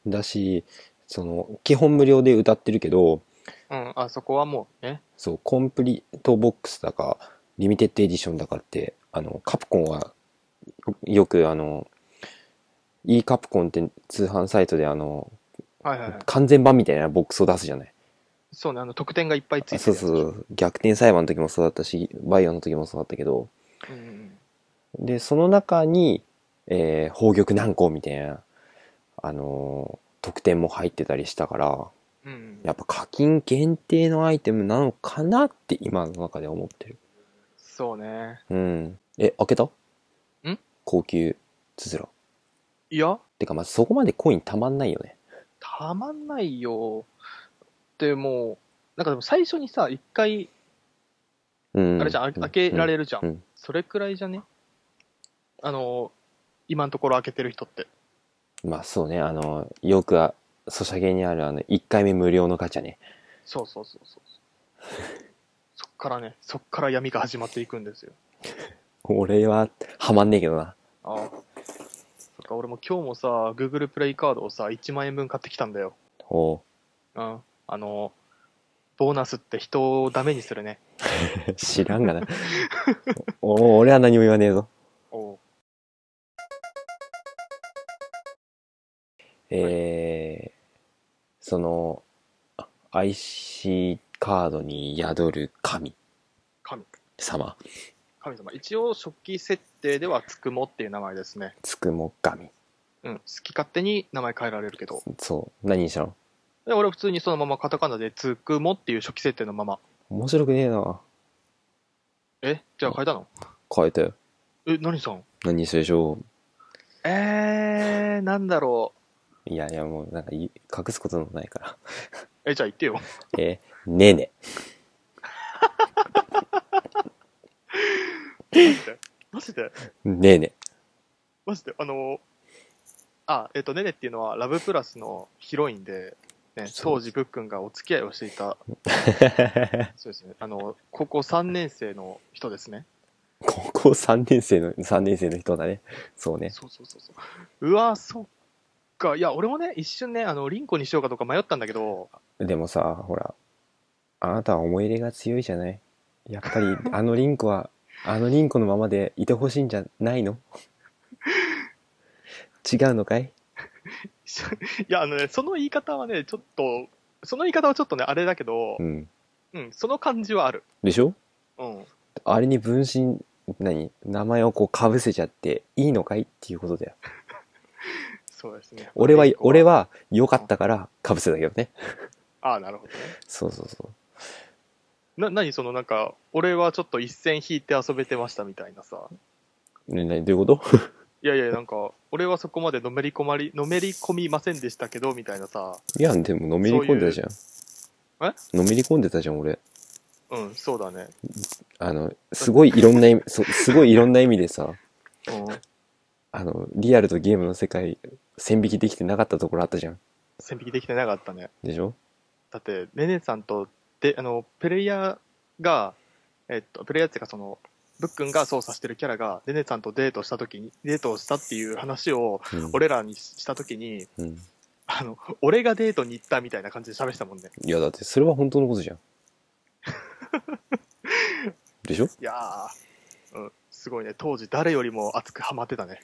Speaker 2: だし、その、基本無料で歌ってるけど、
Speaker 1: うん、あそこはもうね。
Speaker 2: そう、コンプリートボックスだか、リミテッドエディションだかって、あの、カプコンは、よくあの、e カプコンって通販サイトであの、
Speaker 1: はいはいはい。
Speaker 2: 完全版みたいなボックスを出すじゃない。
Speaker 1: そうね、あの、得点がいっぱいついてる
Speaker 2: あ
Speaker 1: やつ
Speaker 2: そうそうそう。逆転裁判の時もそうだったし、バイオの時もそうだったけど、
Speaker 1: うんうん
Speaker 2: で、その中に、えー、宝玉何個みたいな、あのー特典も入ってたりしたから、
Speaker 1: うん。うんう
Speaker 2: や
Speaker 1: ん。
Speaker 2: っぱ課金限定のアイテムなのかなって今の中で思ってる。
Speaker 1: そうね。
Speaker 2: うん。え、開けたん高級つづら。
Speaker 1: いや、
Speaker 2: てか、まずそこまでコインたまんないよね。
Speaker 1: たまんないよ。でも、なんかでも最初にさ、一回、
Speaker 2: うん。
Speaker 1: あれじゃん、あ開けられ
Speaker 2: る。
Speaker 1: るじゃん。
Speaker 2: うん
Speaker 1: それくらいじゃねあの、今のところ開けてる人って。
Speaker 2: まあそうね、あの、よくあ、ソシャゲにあるあの、1回目無料のガチャね。 (laughs)
Speaker 1: そうそうそうそう。そっからね、そっから闇が始まっていくんですよ。
Speaker 2: 俺は、はまんねえけどな。
Speaker 1: ああ。そっか、俺も今日もさ、Google プレイカードをさ、1万円分買ってきたんだよ。
Speaker 2: おう
Speaker 1: うん。あの、ボーナスって人をダメにするね。
Speaker 2: (laughs) 知ら
Speaker 1: (laughs)
Speaker 2: んがな。お俺は何も言わねえぞ。
Speaker 1: おう
Speaker 2: えー、その、あ IC カードに宿る神
Speaker 1: 神、
Speaker 2: 様、
Speaker 1: 神様。一応、初期設定ではつくもっていう名前ですね。
Speaker 2: つくも神。
Speaker 1: うん。好き勝手に名前変えられるけど。
Speaker 2: そう。何にしたの
Speaker 1: で、俺は普通にそのままカタカナでつくもっていう初期設定のまま。
Speaker 2: 面白くねえな。
Speaker 1: えじゃあ変えたの
Speaker 2: 変えたよ。
Speaker 1: え、何さん
Speaker 2: 何にしたでしょ
Speaker 1: えー、なんだろう。
Speaker 2: ういやいや、もうなんかい隠すこともないから。 (laughs)
Speaker 1: え、じゃあ言ってよ。
Speaker 2: えー、ねね。
Speaker 1: マジで
Speaker 2: ねね。
Speaker 1: マジであの、あ、えっ、と、ねねっていうのは、ラブプラスのヒロインで、ね、
Speaker 2: そう
Speaker 1: 当時、ぶっくんがお付き合いをしてい
Speaker 2: (laughs)
Speaker 1: た、そうですね、あの、高校3年生の人ですね。
Speaker 2: 高校3年生の、3年生の人だね。そうね。
Speaker 1: そうそうそうそう。うわ、そっか。いや、俺もね、一瞬ね、あの、リンコにしようかとか迷ったんだけど、
Speaker 2: でもさ、ほら、あなたは思い入れが強いじゃないやっぱり、あのリンコは、あのリンコのままでいてほしいんじゃないの違うのかい
Speaker 1: いや、あのね、その言い方はね、ちょっと、その言い方はちょっとね、あれだけど
Speaker 2: う、ん。
Speaker 1: うん、その感じはある。
Speaker 2: でしょ
Speaker 1: うん。
Speaker 2: あれに分身、何名前をこうかぶせちゃっていいのかいっていうことだよ。
Speaker 1: そうですね。
Speaker 2: 俺は
Speaker 1: リン、コ
Speaker 2: 俺。は良かったからかぶせたけどね。
Speaker 1: ああ、なるほどね。
Speaker 2: そうそうそう。
Speaker 1: な、何そのなんか、俺はちょっと一線引いて遊べてましたみたいなさ。
Speaker 2: ね、何どういうこと
Speaker 1: いやいや、なんか、俺はそこまでのめり込まり、のめり込みませんでしたけど、みたいなさ。
Speaker 2: いや、でものめり込んでたじゃん。
Speaker 1: ういう
Speaker 2: のめり込んでたじゃん、俺。
Speaker 1: うん、そうだね。
Speaker 2: あの、すごいいろんな
Speaker 1: (laughs)
Speaker 2: 意味、そすごいいろんな意味でさ、
Speaker 1: うん。
Speaker 2: あの、リアルとゲームの世界、線引きできてなかったところあったじゃん。
Speaker 1: 線引きできてなかったね。
Speaker 2: でしょ
Speaker 1: だって、ねねさんと、で、あの、プレイヤーが、えっと、プレイヤーっていうかその、ぶっくんが操作してるキャラが、ねねさんとデートしたときに、デートをしたっていう話を、
Speaker 2: うん、
Speaker 1: 俺らにしたときに、
Speaker 2: うん。
Speaker 1: あの、俺がデートに行ったみたいな感じで喋ってたもんね。
Speaker 2: いや、だってそれは本当のこ
Speaker 1: (laughs)
Speaker 2: とじゃん。でしょ
Speaker 1: いやー、うん、すごいね。当時誰よりも熱くハマってたね。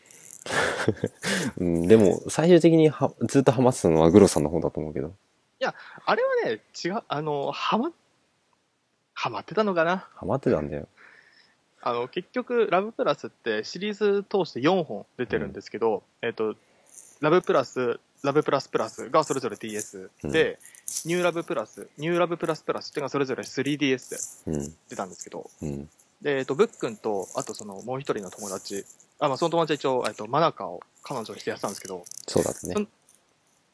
Speaker 2: うん、でも、最終的にはずっとハマってたのはグロさんの方だと思うけど。
Speaker 1: あれはね、違う、あの、ハマ、ハマってたのかな。
Speaker 2: ハマってたんだよ。
Speaker 1: あの、結局、ラブプラスってシリーズ通して4本出てるんですけど、えっと、ラブプラス、ラブプラスプラスがそれぞれ DS で、ニューラブプラス、ニューラブプラスプラスっていうのがそれぞれ 3DS で
Speaker 2: うん。
Speaker 1: 出たんですけど、
Speaker 2: うん。
Speaker 1: で、えっと、ブックンと、あとそのもう一人の友達、あ、まあ、その友達は一応、えっと、マナカを彼女にしてやってたんですけど、
Speaker 2: そうだったね。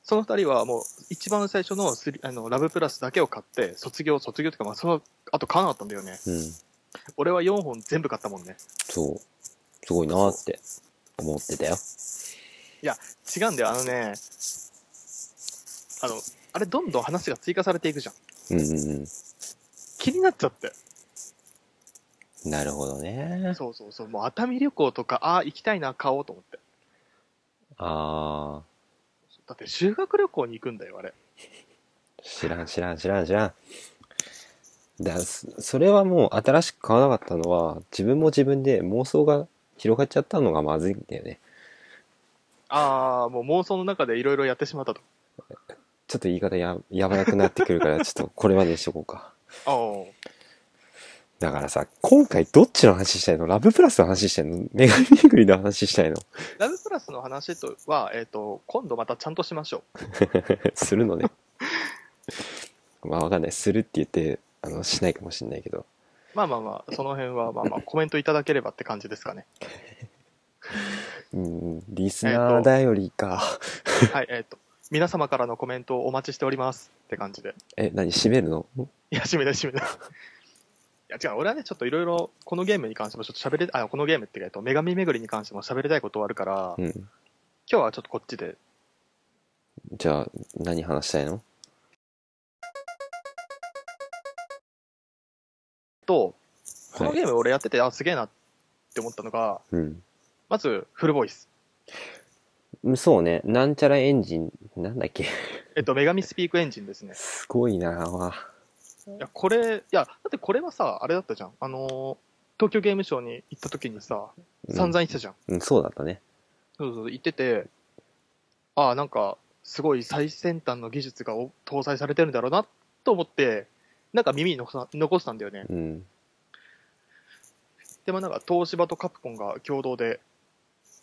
Speaker 1: その二人はもう一番最初のスリあのラブプラスだけを買って、卒業、卒業というか、まあ、その後買わなかったんだよね。
Speaker 2: うん。
Speaker 1: 俺は4本全部買ったもんね。
Speaker 2: そう。すごいなーって思ってたよ。
Speaker 1: 違うんだよ、あのね、あの、あれどんどん話が追加されていくじゃん。
Speaker 2: うんうん
Speaker 1: 気になっちゃって。
Speaker 2: うん。なるほどね。
Speaker 1: そうそうそう、もう熱海旅行とか、ああ、行きたいな、買おうと思って。
Speaker 2: あ
Speaker 1: だって修学旅行に行くんだよ、あれ。
Speaker 2: ー、知らん知らん知らん知らん。だそそれはもう新しく買わなかったのは、自分も自分で妄想が広がっちゃったのがまずいんだよね。
Speaker 1: ああ、もう妄想の中でいろいろやってしまったと。
Speaker 2: ちょっと言い方ややばくなってく
Speaker 1: (laughs)
Speaker 2: るから、ちょっとこれまでにしとこうか。
Speaker 1: ああ、
Speaker 2: だからさ、今回どっちの話したいのラブプラスの話したいの女神巡りの話したいの (laughs)
Speaker 1: ラブプラスの話とは、えっ、と、今度またちゃんとしましょう。
Speaker 2: するの
Speaker 1: (laughs)
Speaker 2: ね。まあわかんない。するって言って、あの、しないかもしんないけど。
Speaker 1: まあまあまあ、その辺はまあまあ、コメントいただければって感じですかね。
Speaker 2: うん、リスナー頼りか。
Speaker 1: (laughs) はい、えっ、と、皆様からのコメントをお待ちしておりますって感じで。
Speaker 2: え、何閉めるの
Speaker 1: いや、締めない、締めない。いや、違う、俺はね、ちょっといろいろ、このゲームに関してもちょっと喋れ、あ、このゲームっていうか、えっと女神巡りに関しても喋りたいことはあるから、
Speaker 2: う
Speaker 1: 今
Speaker 2: ん。
Speaker 1: 日はちょっとこっちで。
Speaker 2: じゃあ、何話したいの
Speaker 1: と、この
Speaker 2: はい。
Speaker 1: ゲーム俺やってて、あ、すげえなって思ったのが、
Speaker 2: うん
Speaker 1: まず、フルボイス。
Speaker 2: うん。そうね。なんちゃらエンジン、なんだっけ。 (laughs)
Speaker 1: えっと、女神スピークエンジンですね。
Speaker 2: すごいなぁ。
Speaker 1: いや、これ、いや、だってこれはさ、あれだったじゃん。あのー東京ゲームショウに行った時にさ、
Speaker 2: うん
Speaker 1: 散々言ってたじゃん。
Speaker 2: うん、そうだったね。
Speaker 1: そうそう、行ってて、ああ、なんか、すごい最先端の技術がお搭載されてるんだろうなと思って、なんか耳に残さ残したんだよね。
Speaker 2: うん。
Speaker 1: でもなんか、東芝とカプコンが共同で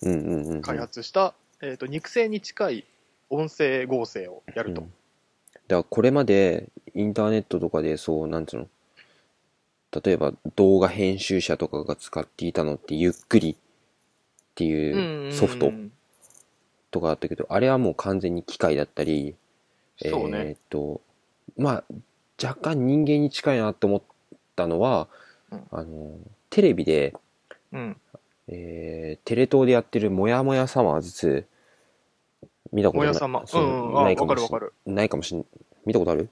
Speaker 2: うんうんうんうん。
Speaker 1: 開発した、えっ、と、肉声に近い音声合成をやると。
Speaker 2: うんだからこれまでインターネットとかでそうなんつうの例えば動画編集者とかが使っていたのってゆっくりっていうソフト
Speaker 1: ん
Speaker 2: とかあったけどあれはもう完全に機械だったり
Speaker 1: そうね。
Speaker 2: えーっとまあ、若干人間に近いなって思ったのは、
Speaker 1: うん
Speaker 2: あの、テレビで、
Speaker 1: うん。
Speaker 2: えーテレ東でやってるもやもやサマーズ2、見たこと
Speaker 1: も
Speaker 2: ない。
Speaker 1: やさま。う
Speaker 2: そ
Speaker 1: ん、うん。あ、
Speaker 2: ない
Speaker 1: わか
Speaker 2: かも
Speaker 1: るわ
Speaker 2: し
Speaker 1: か
Speaker 2: ん
Speaker 1: る。
Speaker 2: ないかもしん、見たことある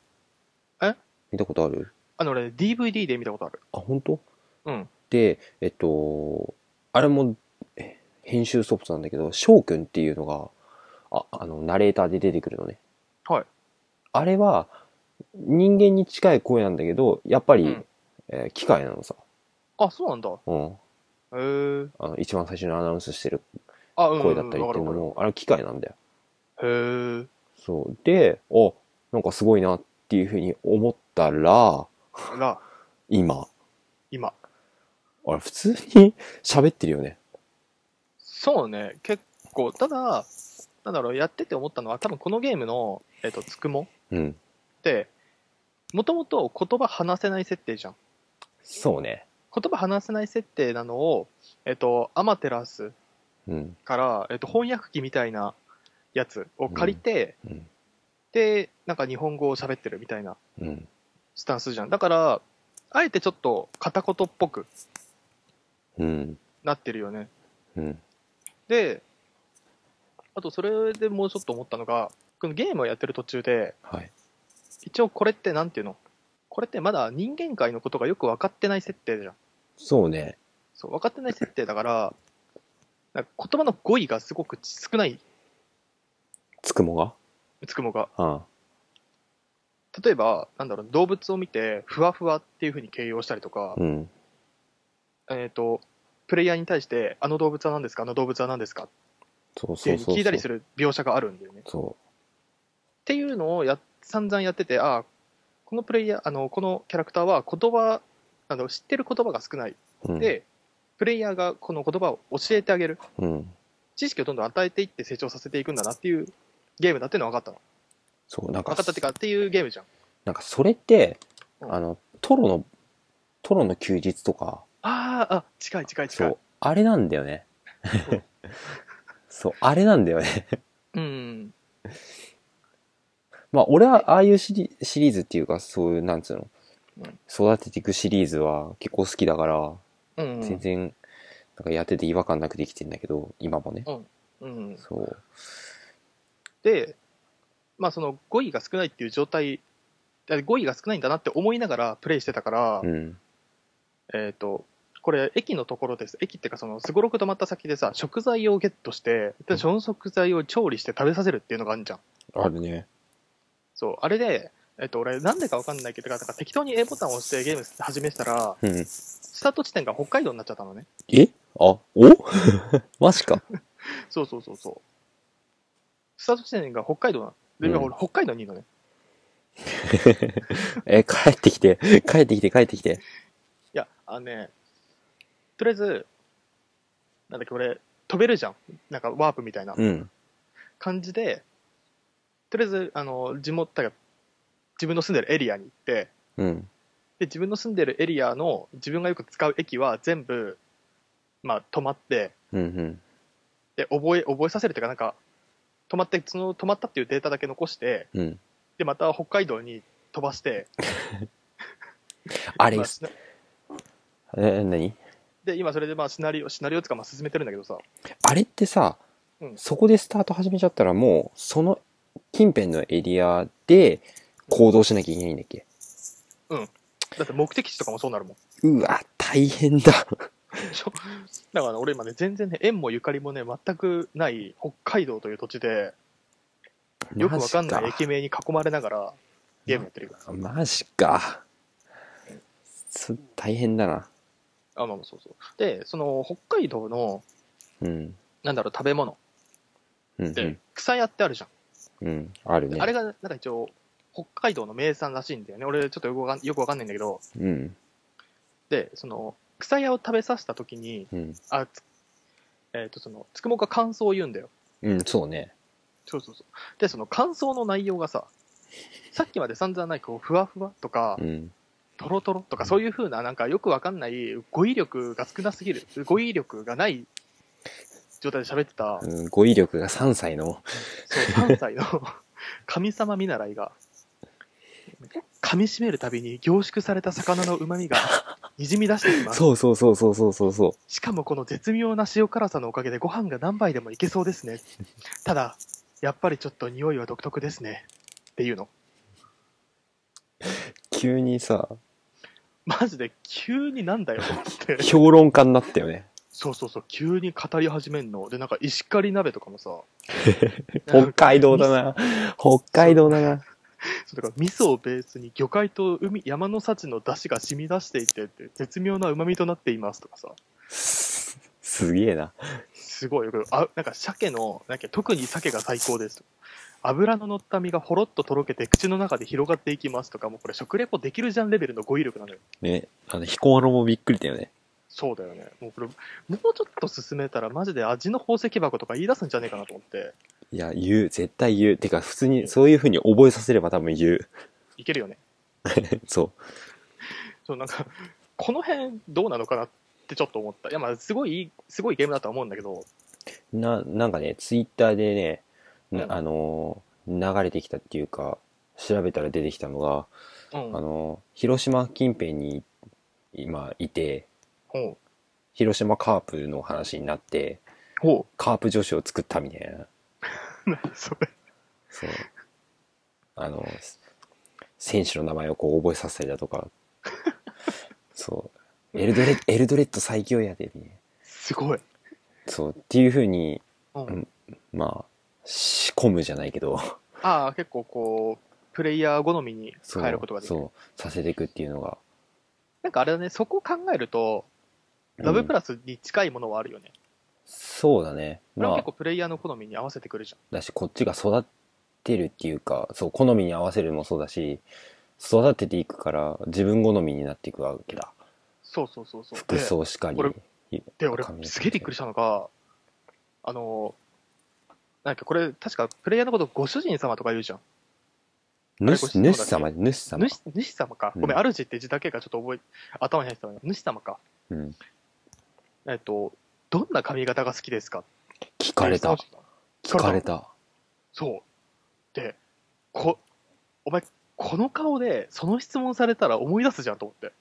Speaker 1: え
Speaker 2: 見たことある
Speaker 1: あのね、DVD で見たことある。
Speaker 2: あ、本当
Speaker 1: うん。
Speaker 2: で、えっと、あれもえ編集ソフトなんだけど、翔くんっていうのが、あ、あの、ナレーターで出てくるのね。
Speaker 1: はい。
Speaker 2: あれは、人間に近い声なんだけど、やっぱり、
Speaker 1: うん
Speaker 2: えー機械なのさ。
Speaker 1: あ、そうなんだ。
Speaker 2: うん。
Speaker 1: へえ。
Speaker 2: あの、一番最初にアナウンスしてる
Speaker 1: あ、うん。
Speaker 2: 声だったりってい
Speaker 1: う
Speaker 2: うの
Speaker 1: んわ
Speaker 2: も、あれは機械なんだよ。
Speaker 1: かるわかるへえ。
Speaker 2: そう。で、あ、なんかすごいなっていうふうに思ったら、
Speaker 1: ら、
Speaker 2: 今、
Speaker 1: 今。
Speaker 2: あれ普通に (laughs) 喋ってるよね。
Speaker 1: そうね、結構。ただ、なんだろう、やってて思ったのは、多分このゲームの、えっ、と、つくも
Speaker 2: うん。
Speaker 1: って、もともと言葉話せない設定じゃん。
Speaker 2: そうね。
Speaker 1: 言葉話せない設定なのを、えっ、と、アマテラス
Speaker 2: うん。
Speaker 1: から、えっと、翻訳機みたいなやつを借りて、
Speaker 2: うん。
Speaker 1: で、なんか日本語を喋ってるみたいな
Speaker 2: うん。
Speaker 1: スタンスじゃん。だから、あえてちょっと片言っぽく
Speaker 2: うん。
Speaker 1: なってるよね。
Speaker 2: うん。
Speaker 1: で、あとそれでもうちょっと思ったのが、このゲームをやってる途中で、
Speaker 2: はい。
Speaker 1: 一応これってなんていうのこれってまだ人間界のことがよく分かってない設定じゃん。
Speaker 2: そうね。
Speaker 1: そう、分かってない設定だから、なんか言葉の語彙がすごく少ない、
Speaker 2: つくもが
Speaker 1: つくもが。
Speaker 2: あ
Speaker 1: 例えば、なんだろう、動物を見て、ふわふわっていうふうに形容したりとか
Speaker 2: あ。、うん。
Speaker 1: えっ、と、プレイヤーに対して、あの動物は何ですかあの動物は何ですかっ
Speaker 2: そうそ
Speaker 1: て
Speaker 2: うそうそう。
Speaker 1: 聞いたりする描写があるんだよね。っ
Speaker 2: そ。
Speaker 1: ていうのをや、散々やってて、ああ、このプレイヤー、あの、このキャラクターは言葉、なんだろう、知ってる言葉が少ないう
Speaker 2: うん、
Speaker 1: で、プレイヤーがこの言葉を教えてあげる。
Speaker 2: うん。
Speaker 1: 知識をどんどん与えていって成長させていくんだなっていうゲームだっていうのは分かったの。
Speaker 2: そう、なんか、
Speaker 1: 分かったっていうか、っていうゲームじゃん。
Speaker 2: なんかそれって、
Speaker 1: うん
Speaker 2: あの、トロの、トロの休日とか、
Speaker 1: ああ、あ、近い近い近
Speaker 2: そ
Speaker 1: い。
Speaker 2: う、あれなんだよね
Speaker 1: そう。
Speaker 2: (laughs) そう、あれなんだよね。 (laughs)
Speaker 1: うん。
Speaker 2: まあ、俺はああいうシリシリーズっていうか、そういう、なんつうの
Speaker 1: うん、
Speaker 2: 育てていくシリーズは結構好きだから、
Speaker 1: うん。
Speaker 2: 全然、なんかやってて違和感なくできてんだけど、今もね。
Speaker 1: うん。
Speaker 2: そう。
Speaker 1: で、まあその語彙が少ないっていう状態、あ語彙が少ないんだなって思いながらプレイしてたから、
Speaker 2: うん。
Speaker 1: えっ、と、これ駅のところです。駅っていうかその、すごろく止まった先でさ、食材をゲットして、で、その食材を調理して食べさせるっていうのがあるじゃん。
Speaker 2: あるね。
Speaker 1: そう、あれで、えっ、と、俺、なんでかわかんないけど、なんか適当に A ボタンを押してゲーム始めてたら、
Speaker 2: うん。
Speaker 1: スタート地点が北海道になっちゃったのね。
Speaker 2: えあ、お (laughs) マジか。
Speaker 1: そうそうそうそう。スタート地点が北海道なの。で、今
Speaker 2: うん
Speaker 1: 俺、北海道にいるのね。
Speaker 2: え、帰ってきて、帰ってきて、帰ってきて。
Speaker 1: いや、あのね、とりあえず、なんだっけ、俺、飛べるじゃん。なんか、ワープみたいな
Speaker 2: うん。
Speaker 1: 感じで、とりあえず、あの、地元が、自分の住んでるエリアに行って、
Speaker 2: うん。
Speaker 1: で、自分の住んでるエリアの、自分がよく使う駅は全部、まあ、止まって、
Speaker 2: うん、うん。
Speaker 1: で、覚え、覚えさせるというか、なんか、止まって、その、止まったっていうデータだけ残して、
Speaker 2: うん。
Speaker 1: で、また北海道に飛ばして、
Speaker 2: あれ
Speaker 1: ま、しな
Speaker 2: え、何
Speaker 1: で、今それでまあ、シナリオ、シナリオつか、まあ、進めてるんだけどさ、
Speaker 2: あれってさ、
Speaker 1: うん
Speaker 2: そこでスタート始めちゃったらもう、その近辺のエリアで行動しなきゃいけないんだっけ
Speaker 1: だって目的地とかもそうなるもん。
Speaker 2: うわ、大変だ。
Speaker 1: そうだからね俺今ね、全然ね、縁もゆかりもね、全くない北海道という土地で、 (laughs) よくわかんない駅名に囲まれながらゲームやってるよ。
Speaker 2: マジか。そ大変だな。
Speaker 1: あ、まあまあそうそう。で、その北海道の、
Speaker 2: うん。
Speaker 1: なんだろう、食べ物
Speaker 2: う
Speaker 1: っ
Speaker 2: ん、
Speaker 1: て、草屋ってあるじゃん。
Speaker 2: うん。うん。あるね。
Speaker 1: あれが、なんか一応、北海道の名産らしいんだよね。俺、ちょっとよくわかんよくわかんないんだけど、
Speaker 2: うん。
Speaker 1: で、その、草屋を食べさせた時に、
Speaker 2: うん。
Speaker 1: あ、つえっ、と、その、つくもが感想を言うんだよ。
Speaker 2: うん、そうね。
Speaker 1: そうそうそう。で、その感想の内容がさ、さっきまで散々ない、こう、ふわふわとか
Speaker 2: う、ん。
Speaker 1: トロトロとかそういう風な、なんかよくわかんない語彙力が少なすぎる、語彙力がない状態で喋ってた、
Speaker 2: うん語彙力が3歳の。 (laughs)
Speaker 1: そう、3歳の神様見習いが、噛み締めるたびに凝縮された魚の旨味が滲み出しています。
Speaker 2: そうそうそうそうそうそうそう。
Speaker 1: しかもこの絶妙な塩辛さのおかげでご飯が何杯でもいけそうですね。ただ、やっぱりちょっと匂いは独特ですね。っていうの。
Speaker 2: 急にさ、
Speaker 1: マジで急になんだよって。
Speaker 2: 評論家になったよ
Speaker 1: (laughs)
Speaker 2: ね。、
Speaker 1: そうそうそう、急に語り始めんの。で、なんか石狩鍋とかもさ
Speaker 2: 北海道だな。北海道だな。
Speaker 1: そうだから味噌をベースに魚介と海山の幸の出汁が染み出していてって絶妙な旨味となっていますとかさ
Speaker 2: すすげえな。
Speaker 1: すごいよこれあなんか鮭のなんか特に鮭が最高ですとか油の乗った身がほろっととろけて口の中で広がっていきますとかもうこれ食レポできるじゃんレベルの語彙力なのよ
Speaker 2: ね、あの、彦摩呂もびっくりだよね。
Speaker 1: そうだよねもうこれもうちょっと進めたらマジで味の宝石箱とか言い出すんじゃねえかなと思って
Speaker 2: いや、言う。絶対言う。てか、普通に、そういう風に覚えさせれば多分言う。 (laughs)
Speaker 1: いけるよね
Speaker 2: そ
Speaker 1: そうなんかこの辺どうなのかなってちょっと思ったいやまあすごいいいすごいゲームだとは思うんだけど
Speaker 2: う。な、なんかね、ツイッターでね、な
Speaker 1: うん
Speaker 2: あのー流れてきたっていうか、調べたら出てきたのが、
Speaker 1: うん
Speaker 2: あのー広島近辺に今いて、
Speaker 1: ほう
Speaker 2: 広島カープの話になって、
Speaker 1: ほう (laughs)
Speaker 2: カープ女子を作ったみたいな。
Speaker 1: 何それ
Speaker 2: そう。あの、s- 選手の名前をこう覚えさせたりだと
Speaker 1: (laughs)
Speaker 2: か。そう。エルドレッエルドレッド最強やで、ね。
Speaker 1: すごい、
Speaker 2: そう。っていうふうに、
Speaker 1: うん
Speaker 2: んまあ、仕込むじゃないけど、
Speaker 1: ああ結構こうプレイヤー好みに
Speaker 2: そう。
Speaker 1: 変えることができる
Speaker 2: そう。させていくっていうのが。
Speaker 1: なんかあれだねそこを考えるとラブプ
Speaker 2: ラ、
Speaker 1: ラスに近いものはあるよね、
Speaker 2: そうだね。
Speaker 1: これは
Speaker 2: ま
Speaker 1: 結
Speaker 2: あ
Speaker 1: 構、プレイヤーの好みに合わせてくるじ
Speaker 2: だし、こっちが育ってるっていうか、そう、好みに合わせるのもそうだし、育てていくから、自分好みになっていくわけだ。
Speaker 1: ゃんそうそうそうそう
Speaker 2: 服装しかり
Speaker 1: これ。
Speaker 2: い
Speaker 1: でで俺
Speaker 2: 髪の毛
Speaker 1: すげえびっくりしたのがあのなんかこれ確かプレイヤーのことご主人様とか言うじゃんあれ
Speaker 2: 主主
Speaker 1: ご質問
Speaker 2: 様、主様。
Speaker 1: 主主様か
Speaker 2: うん
Speaker 1: ごめん、主って字だけがちょっと覚え頭に入ってたのよ主様か
Speaker 2: うん。
Speaker 1: えっとどんな髪型が好きですか
Speaker 2: 聞かれた。聞かれた。
Speaker 1: そう。で、こ、お前、この顔で、その質問されたら思い出すじゃんと思って。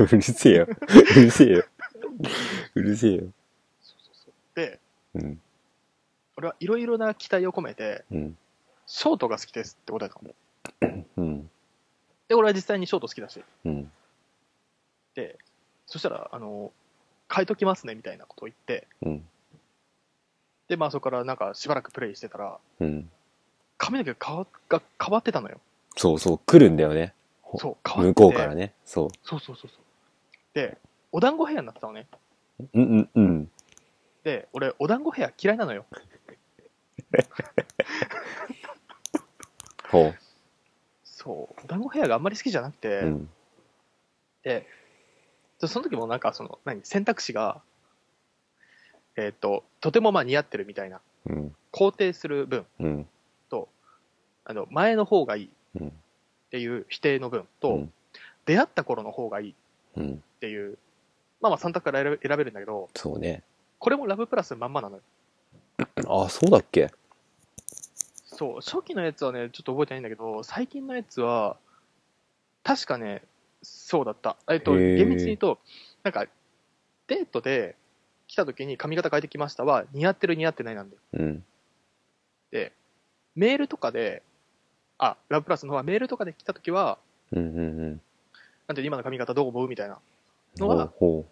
Speaker 2: (laughs) うるせえよ。うるせえよ。うるせえよ。
Speaker 1: で、
Speaker 2: うん。
Speaker 1: 俺はいろいろな期待を込めて、
Speaker 2: うん。
Speaker 1: ショートが好きですって答えたの。
Speaker 2: うん。
Speaker 1: で、俺は実際にショート好きだし。
Speaker 2: うん。
Speaker 1: で、そしたら、あの、変えときますねみたいなことを言って、
Speaker 2: うん。
Speaker 1: で、まあそこからなんかしばらくプレイしてたら、
Speaker 2: うん。
Speaker 1: 髪の毛が変わが変わってたのよ。
Speaker 2: そうそう、来るんだよね。ほ
Speaker 1: そう、変わ
Speaker 2: 向
Speaker 1: ってて。
Speaker 2: こうからね。そ
Speaker 1: そうそうそうそう。で、お団子ヘアになってたのね。
Speaker 2: う。うんうんうん。
Speaker 1: で、俺、お団子ヘア嫌いなのよ。
Speaker 2: ほ
Speaker 1: そう、お団子ヘアがあんまり好きじゃなくて、
Speaker 2: う。うん。
Speaker 1: で、でその時もなんかその、何、選択肢が、えっ、と、とてもまあ似合ってるみたいな、
Speaker 2: うん。
Speaker 1: 肯定する分
Speaker 2: うん。
Speaker 1: と、あの、前の方がいいっ
Speaker 2: うん。
Speaker 1: ていう否定の分と、
Speaker 2: うん
Speaker 1: 出会った頃の方がいいっ
Speaker 2: うん。
Speaker 1: ていう、まあまあ3択から選べ選べるんだけど、
Speaker 2: そうね。
Speaker 1: これもラブプラスまんまなのよ。
Speaker 2: あ、そうだっけ
Speaker 1: そう、初期のやつはね、ちょっと覚えてないんだけど、最近のやつは、確かね、そうだった。えっと、
Speaker 2: へー
Speaker 1: 厳密に言うと、なんか、デートで来た時に髪型変えてきましたは、似合ってる似合ってないなんで、
Speaker 2: うん。
Speaker 1: メールとかで、あ、ラブプラスの方はメールとかで来た時は、
Speaker 2: うんうんうん。
Speaker 1: なんて今の髪型どう思うみたいなの
Speaker 2: ほ
Speaker 1: は
Speaker 2: う、ほ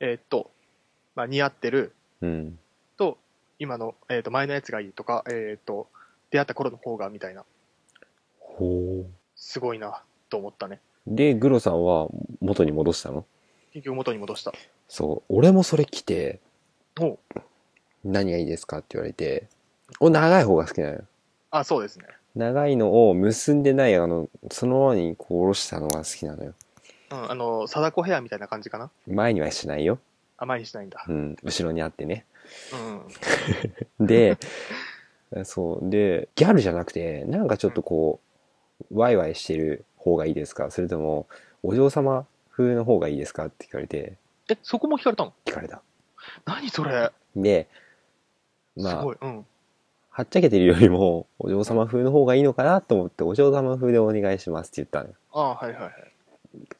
Speaker 1: えっと、まあ、似合ってる
Speaker 2: う。うん。
Speaker 1: と、今の、えっと、前のやつがいいとか、えっと、出会った頃の方がみたいな、
Speaker 2: ほ
Speaker 1: すごいな、と思ったね。
Speaker 2: う。で、グロさんは元に戻したの
Speaker 1: 結局元に戻した。
Speaker 2: そう。俺もそれ来て、
Speaker 1: おう
Speaker 2: 何がいいですかって言われて、お、長い方が好きなのよ。
Speaker 1: あ、そうですね。
Speaker 2: 長いのを結んでない、あの、そのままにこう下ろしたのが好きなのよ。
Speaker 1: うん、あの、貞子ヘアみたいな感じかな。
Speaker 2: 前にはしないよ。
Speaker 1: あ、前にしないんだ
Speaker 2: う。ん、後ろにあってね。
Speaker 1: うん。 (laughs)
Speaker 2: で、そう。で、ギャルじゃなくて、なんかちょっとこう、ワイワイしてる方がいいですかそれとも、お嬢様風の方がいいですかって聞かれて、
Speaker 1: え、そこも聞かれたの
Speaker 2: 聞かれた。
Speaker 1: 何それ
Speaker 2: で、
Speaker 1: す
Speaker 2: まあ
Speaker 1: ごい。うん。
Speaker 2: はっちゃけてるよりも、お嬢様風の方がいいのかなと思って、お嬢様風でお願いしますって言ったのよ。
Speaker 1: ああ、はいはいはい。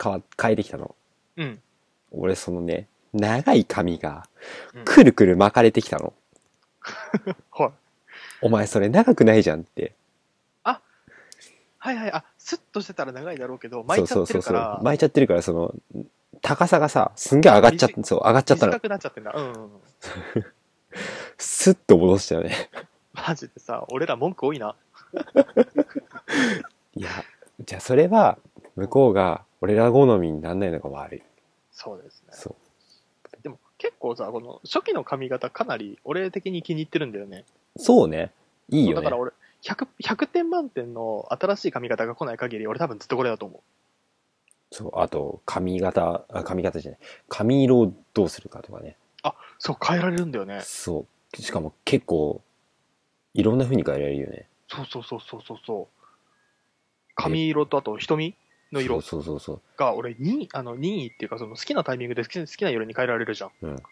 Speaker 2: 変わ、変えてきたの。
Speaker 1: うん。
Speaker 2: 俺そのね、長い髪が
Speaker 1: うん、
Speaker 2: くるくる巻かれてきたの。
Speaker 1: はい。
Speaker 2: お前それ長くないじゃんって。
Speaker 1: はいはい。あ、スッとしてたら長いだろうけど、巻いちゃってる
Speaker 2: そうそ
Speaker 1: か
Speaker 2: うそう
Speaker 1: ら
Speaker 2: そう。、巻いちゃってるから、その、高さがさ、すんげえ上がっちゃっ
Speaker 1: 短
Speaker 2: そう、上がっちゃったの
Speaker 1: 短。くなっちゃってんだ。うんうんうん。
Speaker 2: スッと戻したよね。
Speaker 1: マジでさ、俺ら文句多いな。
Speaker 2: いや、じゃあそれは、向こうが、俺ら好みになんないのが悪い。
Speaker 1: そうですね。
Speaker 2: そう。
Speaker 1: でも結構さ、この初期の髪型かなり俺的に気に入ってるんだよね。
Speaker 2: そうね。いいよ
Speaker 1: だ
Speaker 2: ね
Speaker 1: から。俺、100, 100点満点の新しい髪型が来ない限り、俺多分ずっとこれだと思う。
Speaker 2: そう、あと、髪型、あ髪型じゃない。髪色をどうするかとかね。
Speaker 1: そう、変えられるんだよね。
Speaker 2: そう。しかも結構、いろんな風に変えられるよね。
Speaker 1: そうそうそうそうそうそう。髪色とあと瞳の色
Speaker 2: そうそうそう
Speaker 1: が俺にあの任意っていうかその好きなタイミングで好き好きな色に変えられるじゃん、
Speaker 2: うん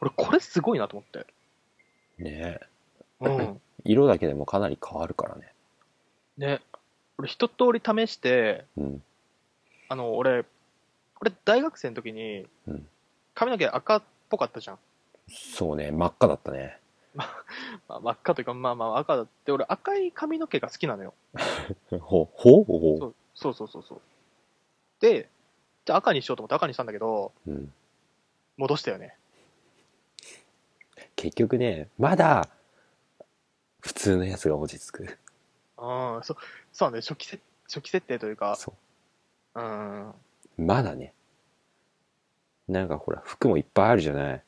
Speaker 1: 俺これすごいなと思って、
Speaker 2: そう。ね (laughs)
Speaker 1: うん、
Speaker 2: 色だけでもかなり変わるからね。
Speaker 1: ね俺一通り試して
Speaker 2: うん。
Speaker 1: あの俺俺大学生の時に
Speaker 2: うん
Speaker 1: 髪の毛赤っぽかったじゃん、
Speaker 2: そうね。真っ赤だったね。 (laughs)
Speaker 1: まあ、真っ赤というかまあまあ赤だって俺赤い髪の毛が好きなのよ
Speaker 2: ほ、ほほ
Speaker 1: そうそうそうそうそうでじゃあ赤にしようと思って赤にしたんだけど
Speaker 2: うん。
Speaker 1: 戻したよね
Speaker 2: 結局ね、まだ、普通のやつが落ち着く。
Speaker 1: うんそそうなんだよ初期設初期設定というか
Speaker 2: そ
Speaker 1: うん
Speaker 2: う。まだね。なんかほら、服もいっぱいあるじゃない。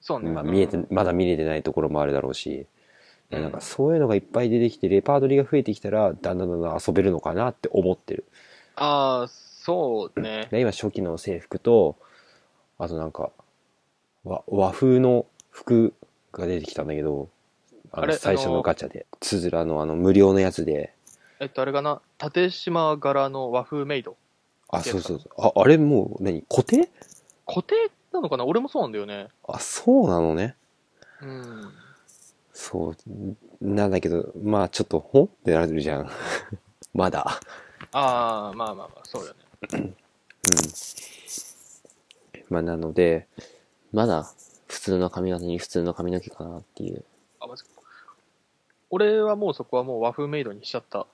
Speaker 1: そうね、
Speaker 2: まあ見えて
Speaker 1: うん、
Speaker 2: まだ見れてないところもあるだろうし。
Speaker 1: うん
Speaker 2: なんかそういうのがいっぱい出てきて、レパートリーが増えてきたら、だんだんだんだん遊べるのかなって思ってる。
Speaker 1: ああ、そうね。
Speaker 2: で今、初期の制服と、あとなんか、和和風の服が出てきたんだけど、あ
Speaker 1: あ
Speaker 2: の
Speaker 1: れ
Speaker 2: 最初
Speaker 1: あ
Speaker 2: の
Speaker 1: の
Speaker 2: ガチャで、つづらのあの無料のやつで、
Speaker 1: えっと、あれかな、縦島柄の和風メイド。
Speaker 2: あ、
Speaker 1: つけた
Speaker 2: そうそうそう。あ、あれもう何、固定
Speaker 1: 固定なのかな俺もそうなんだよね。
Speaker 2: あ、そうなのね。
Speaker 1: うん。
Speaker 2: そう。なんだけど、まあちょっと、ほんってなるじゃん。 (laughs) まだ。
Speaker 1: ああ、まあまあまあ、そうだよね。
Speaker 2: うん。まあなので、まだ普通の髪型に普通の髪の毛かなっていう。
Speaker 1: あ、まず俺はもうそこはもう和風メイドにしちゃった。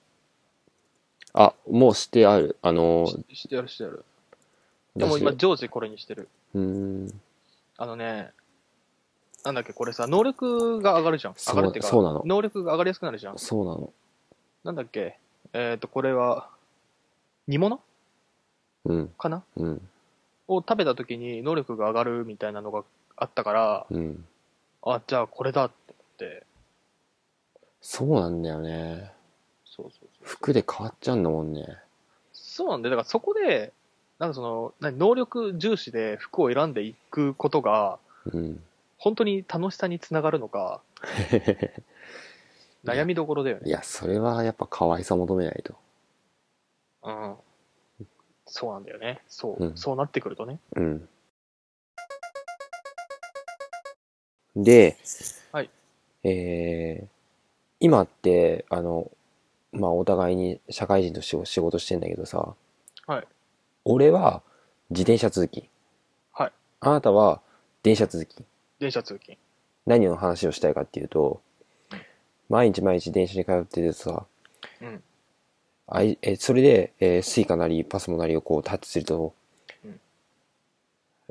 Speaker 2: あ、もうしてある。あの、
Speaker 1: ししてやるしてやる。でも
Speaker 2: だし
Speaker 1: 今、常時これにしてる。
Speaker 2: うーん。
Speaker 1: あのね、なんだっけ、これさ、能力が上がるじゃん。
Speaker 2: そう
Speaker 1: 上がるっていうか、
Speaker 2: そうなの
Speaker 1: 能力が上がりやすくなるじゃん。
Speaker 2: そうなの。
Speaker 1: なんだっけ、えっ、と、これは、煮物
Speaker 2: うん、
Speaker 1: かな
Speaker 2: うん、
Speaker 1: を食べた時に能力が上がるみたいなのがあったから、
Speaker 2: うん。
Speaker 1: あ、じゃあこれだって思って、
Speaker 2: そうなんだよね。
Speaker 1: そうそうそう。
Speaker 2: 服で変わっちゃうんだもんね。
Speaker 1: そうなんで、だからそこで、なんかその、何能力重視で服を選んでいくことが、
Speaker 2: うん。
Speaker 1: 本当に楽しさにつながるのか、
Speaker 2: うん
Speaker 1: 悩みどころだよね。
Speaker 2: いや、それはやっぱ可愛さ求めないと。
Speaker 1: うん。そうなんだよね。そう、
Speaker 2: うん
Speaker 1: そうなってくるとね。
Speaker 2: うん。で、
Speaker 1: はい
Speaker 2: えー今って、あの、まあ、お互いに社会人として仕事してんだけどさ、
Speaker 1: はい
Speaker 2: 俺は自転車通勤。
Speaker 1: はい
Speaker 2: あなたは電車通勤。
Speaker 1: 電車通勤。
Speaker 2: 何の話をしたいかっていうと、毎日毎日電車に通っててさ、
Speaker 1: うん
Speaker 2: あいえそれで、えー、スイカなりパスモなりをこうタッチすると、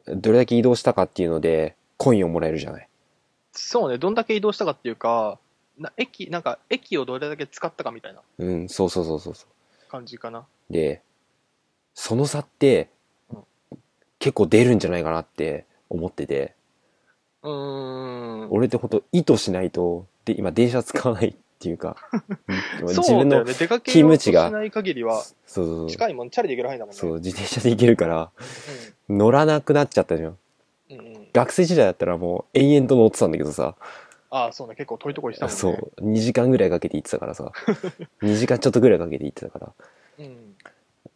Speaker 2: どれだけ移動したかっていうので、コインをもらえるじゃない。
Speaker 1: そうね、どんだけ移動したかっていうか、な駅、なんか駅をどれだけ使ったかみたいな
Speaker 2: うん、そうそうそうそうそ
Speaker 1: 感じかな。
Speaker 2: う。で、その差って
Speaker 1: うん、
Speaker 2: 結構出るんじゃないかなって思ってて、
Speaker 1: うーん。
Speaker 2: 俺ってほんと意図しないと、で、今電車使わないっていう
Speaker 1: (laughs)
Speaker 2: か、うん自
Speaker 1: そう
Speaker 2: 分
Speaker 1: だよ
Speaker 2: の、
Speaker 1: ね。出かけようとし
Speaker 2: 勤務地が
Speaker 1: ない限りは、
Speaker 2: そうそうそう
Speaker 1: 近いもん、チャリで行ける範囲だもんね。
Speaker 2: そう、自転車で行けるから、乗らなくなっちゃったじゃん。
Speaker 1: うん。うんうん、
Speaker 2: 学生時代だったらもう延々と乗ってたんだけどさ、
Speaker 1: ああ、そうね。結構遠いとこ行ってたもんね。
Speaker 2: そう、2時間ぐらいかけて行ってたから (laughs) さ、2時間ちょっとぐらいかけて行ってたから、
Speaker 1: うん。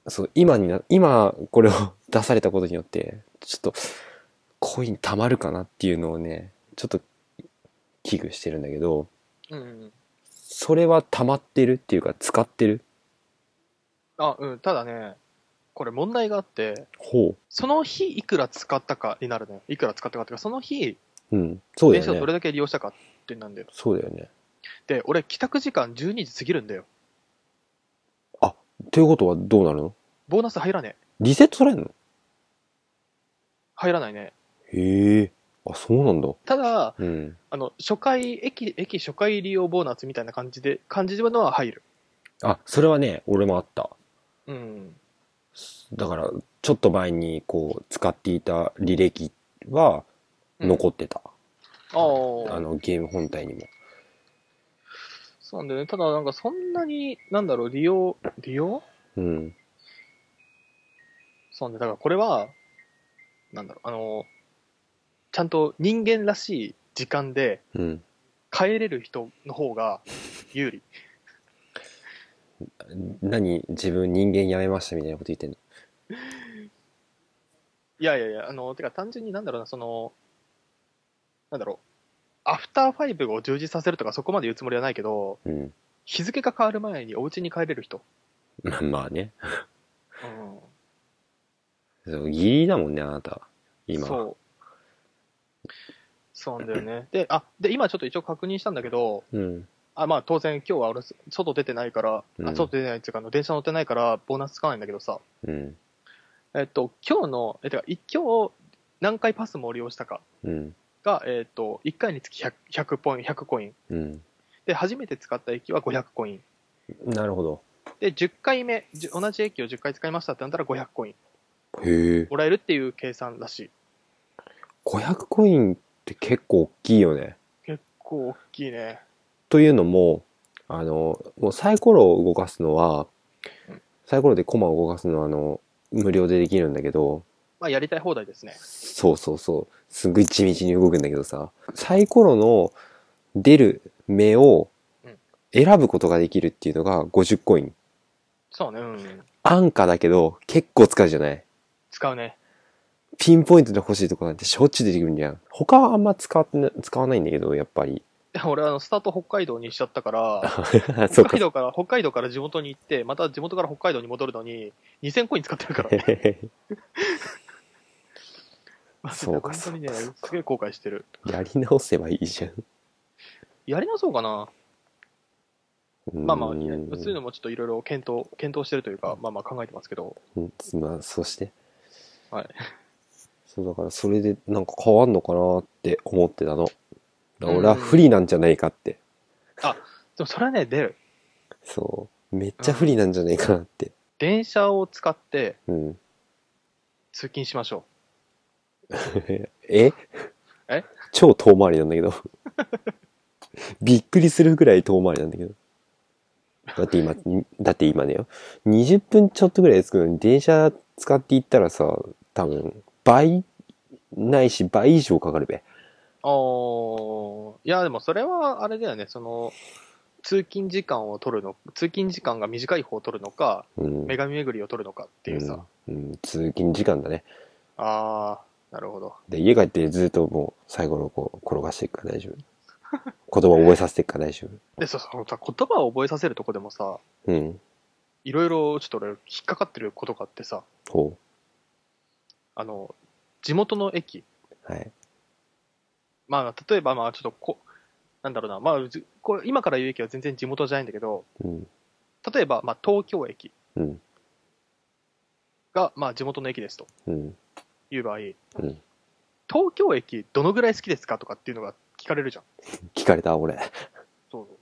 Speaker 2: そう、今にな、今これを出されたことによって、ちょっと、コイン貯まるかなっていうのをね、ちょっと危惧してるんだけど、
Speaker 1: うんうん。
Speaker 2: それは溜まってるっていうか使ってる
Speaker 1: あ、うん、ただね、これ問題があって、
Speaker 2: ほ
Speaker 1: その日いくら使ったかになるのよ。いくら使ったかっていうか、その日、
Speaker 2: う。うん。そうだ
Speaker 1: 電車
Speaker 2: よ
Speaker 1: をど
Speaker 2: ね。
Speaker 1: れだけ利用したかってなんだよ。
Speaker 2: そうだよね。
Speaker 1: で、俺、帰宅時間12時過ぎるんだよ。
Speaker 2: ということはどうなるの
Speaker 1: ボーナス入らねえ。
Speaker 2: リセットされるの
Speaker 1: 入らないね。
Speaker 2: へえ。あ、そうなんだ。
Speaker 1: ただ、
Speaker 2: うん。
Speaker 1: あの、初回、駅、駅初回利用ボーナスみたいな感じで、感じのは入る。
Speaker 2: あ、それはね、俺もあった。
Speaker 1: うん。
Speaker 2: だから、ちょっと前にこう、使っていた履歴は残ってた。
Speaker 1: あ
Speaker 2: あ
Speaker 1: あ、
Speaker 2: の、ゲーム本体にも。
Speaker 1: そうなんだよね。ただ、なんかそんなに、なんだろう、利用、利用
Speaker 2: うん。
Speaker 1: そうなんだよ。だからこれは、なんだろう、あの、ちゃんと人間らしい時間で
Speaker 2: うん。
Speaker 1: 帰れる人の方が有利。
Speaker 2: 何自分人間やめましたみたいなこと言ってんの
Speaker 1: いやいやいや、あの、てか単純になんだろうな、その、なんだろう、アフターファイブを充実させるとかそこまで言うつもりはないけど、
Speaker 2: うん。
Speaker 1: 日付が変わる前にお家に帰れる人。
Speaker 2: まあ (laughs) まあね。
Speaker 1: うん。
Speaker 2: そうギリギリだもんね、あなた。今。
Speaker 1: そう。そうなんだよね。で、あ、で、今ちょっと一応確認したんだけど、
Speaker 2: うん。
Speaker 1: あ、まあ当然今日は俺、外出てないから、
Speaker 2: うん
Speaker 1: あ、外出てないっていうか、あの電車乗ってないから、ボーナスつかないんだけどさ、
Speaker 2: うん。
Speaker 1: えっと、今日の、え、てか、い今日何回パスも利用したか
Speaker 2: うん。
Speaker 1: が、えっと、1回につき 100, 100ポイント、100コイン。
Speaker 2: うん。
Speaker 1: で、初めて使った駅は500コイン。
Speaker 2: なるほど。
Speaker 1: で、10回目、じゅ同じ駅を10回使いましたってなったら500コイン
Speaker 2: へえ。
Speaker 1: もらえるっていう計算らしい。
Speaker 2: 500コインって結構大きいよね。
Speaker 1: 結構大きいね。
Speaker 2: というのも、あの、もうサイコロを動かすのは
Speaker 1: うん、
Speaker 2: サイコロでコマを動かすのは、あの、無料でできるんだけど、
Speaker 1: まあ、やりたい放題ですね。
Speaker 2: そうそうそう。すごい地道に動くんだけどさ、サイコロの出る目を
Speaker 1: うん
Speaker 2: 選ぶことができるっていうのが50コイン。
Speaker 1: そうね、うん。
Speaker 2: 安価だけど結構使うじゃない
Speaker 1: 使うね。
Speaker 2: ピンポイントで欲しいとこなんてしょっちゅう出てくるんじゃん。他はあんま使ってな使わないんだけど、やっ
Speaker 1: (laughs)
Speaker 2: ぱり。
Speaker 1: で俺、あの、スタート北海道にしちゃったから、
Speaker 2: (laughs)
Speaker 1: 北
Speaker 2: そうか
Speaker 1: 海。道から、北海道から地元に行って、また地元から北海道に戻るのに、2000コイン使ってる (laughs) から。
Speaker 2: そうか
Speaker 1: 本当にね、
Speaker 2: そう
Speaker 1: す
Speaker 2: か
Speaker 1: げえ後悔してる。
Speaker 2: (laughs) やり直せばいいじゃん。
Speaker 1: やり直そうかな。まあまあ、
Speaker 2: うん
Speaker 1: いいねそういうのもちょっといろいろ検討、検討してるというか、まあまあ考えてますけど。
Speaker 2: うんまあ、そして。
Speaker 1: はい。
Speaker 2: そう、だからそれでなんか変わんのかなって思ってたの。だから
Speaker 1: うん
Speaker 2: 俺は不利なんじゃないかって。
Speaker 1: でもそれはね、出る。
Speaker 2: そう。めっちゃ不利なんじゃないかなって。
Speaker 1: 電車を使って
Speaker 2: うん。
Speaker 1: 通勤しましょ
Speaker 2: え
Speaker 1: え
Speaker 2: 超遠回りなんだけど。 (laughs) びっくりするぐらい遠回りなんだけど。だって今、にだって今ねよ。20分ちょっとぐらいで着くのに、電車使って行ったらさ、多分、倍、ないし倍以上かかるべ。
Speaker 1: う。おーいや、でもそれはあれだよね、その、通勤時間を取るの、通勤時間が短い方を取るのか、
Speaker 2: うん。
Speaker 1: 女神巡りを取るのかっていうさ。
Speaker 2: うん、うん通勤時間だね。
Speaker 1: あー、なるほど。
Speaker 2: で、家帰ってずっともう、最後のこう、転がしていくから
Speaker 1: (laughs)
Speaker 2: 大丈夫。言葉覚えさせていくから大丈
Speaker 1: で、そうそう、さ、言葉を覚えさせるとこでもさ、
Speaker 2: 夫。うん。
Speaker 1: いろいろちょっと俺、引っかかってることがあってさ、
Speaker 2: ほ
Speaker 1: あの、地元の駅、
Speaker 2: う。はい。
Speaker 1: まあ、例えば、まあ、ちょっとこ、なんだろうな、まあ、じこれ今から言う駅は全然地元じゃないんだけど、
Speaker 2: うん。
Speaker 1: 例えば、まあ、東京駅
Speaker 2: うん。
Speaker 1: が、まあ、地元の駅ですと
Speaker 2: うん。
Speaker 1: いう場合、
Speaker 2: うん。
Speaker 1: 東京駅どのぐらい好きですかとかっていうのが聞かれるじゃん。
Speaker 2: 聞かれた、俺。
Speaker 1: そうそうま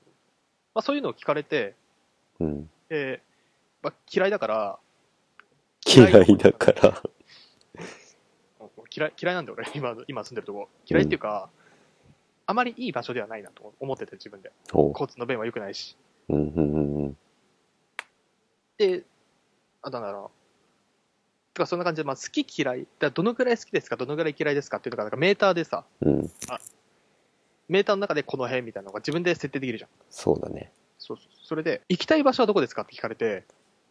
Speaker 1: あ、そういうのを聞かれて、
Speaker 2: うん。
Speaker 1: えーまあ、嫌いだから、
Speaker 2: 嫌いだから。 (laughs)
Speaker 1: 嫌い嫌いなんだよ俺、 (laughs) 今、今住んでるとこ。嫌いっていうか、あまりいい場所ではないなと思ってて、自分で。
Speaker 2: ほ
Speaker 1: 交通の便は良くないし。
Speaker 2: う。うん、うん、うんうん。
Speaker 1: で、あ、なんだろう。とか、そんな感じで、まあ、好き嫌い。だからどのぐらい好きですか、どのぐらい嫌いですかっていうのが、なんかメーターでさ、
Speaker 2: うん。
Speaker 1: メーターの中でこの辺みたいなのが自分で設定できるじゃん。
Speaker 2: そうだね。
Speaker 1: そうそう。それで、行きたい場所はどこですかって聞かれて、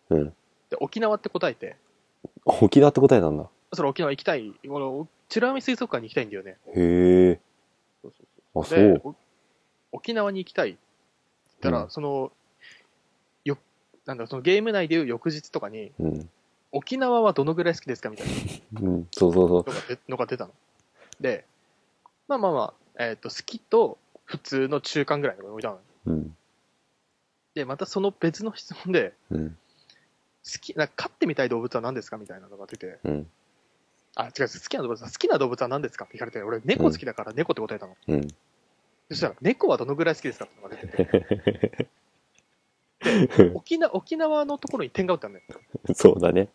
Speaker 2: うん。
Speaker 1: で、沖縄って答えて、
Speaker 2: 沖縄って答えなんだ。
Speaker 1: それ沖縄行きたい、この、美ら海水族館に行きたいんだよね。
Speaker 2: へえ。
Speaker 1: そうそう
Speaker 2: あ、
Speaker 1: そ
Speaker 2: そう
Speaker 1: で
Speaker 2: う。
Speaker 1: お沖縄に行きたいってたら、
Speaker 2: うん
Speaker 1: その、よ、なんだろう、そのゲーム内でいう翌日とかに、
Speaker 2: うん。
Speaker 1: 沖縄はどのぐらい好きですかみたいな
Speaker 2: うん。そうそうそう。
Speaker 1: のが出のが出たの。で、まあまあまあ、えっ、と、好きと普通の中間ぐらいのとこに置いたの。
Speaker 2: うん。
Speaker 1: で、またその別の質問で、
Speaker 2: うん。
Speaker 1: 好き、なんか飼ってみたい動物は何ですかみたいなのが出て、
Speaker 2: うん。
Speaker 1: あ、違う、好きな動物は、好きな動物は何ですかって聞かれて、俺、猫好きだから猫って答えたの。
Speaker 2: うん。
Speaker 1: そしたら、猫はどのぐらい好きですかってのが出てて、
Speaker 2: (laughs)
Speaker 1: 沖縄、沖縄のところに点が打ったんだよ。
Speaker 2: そうだね。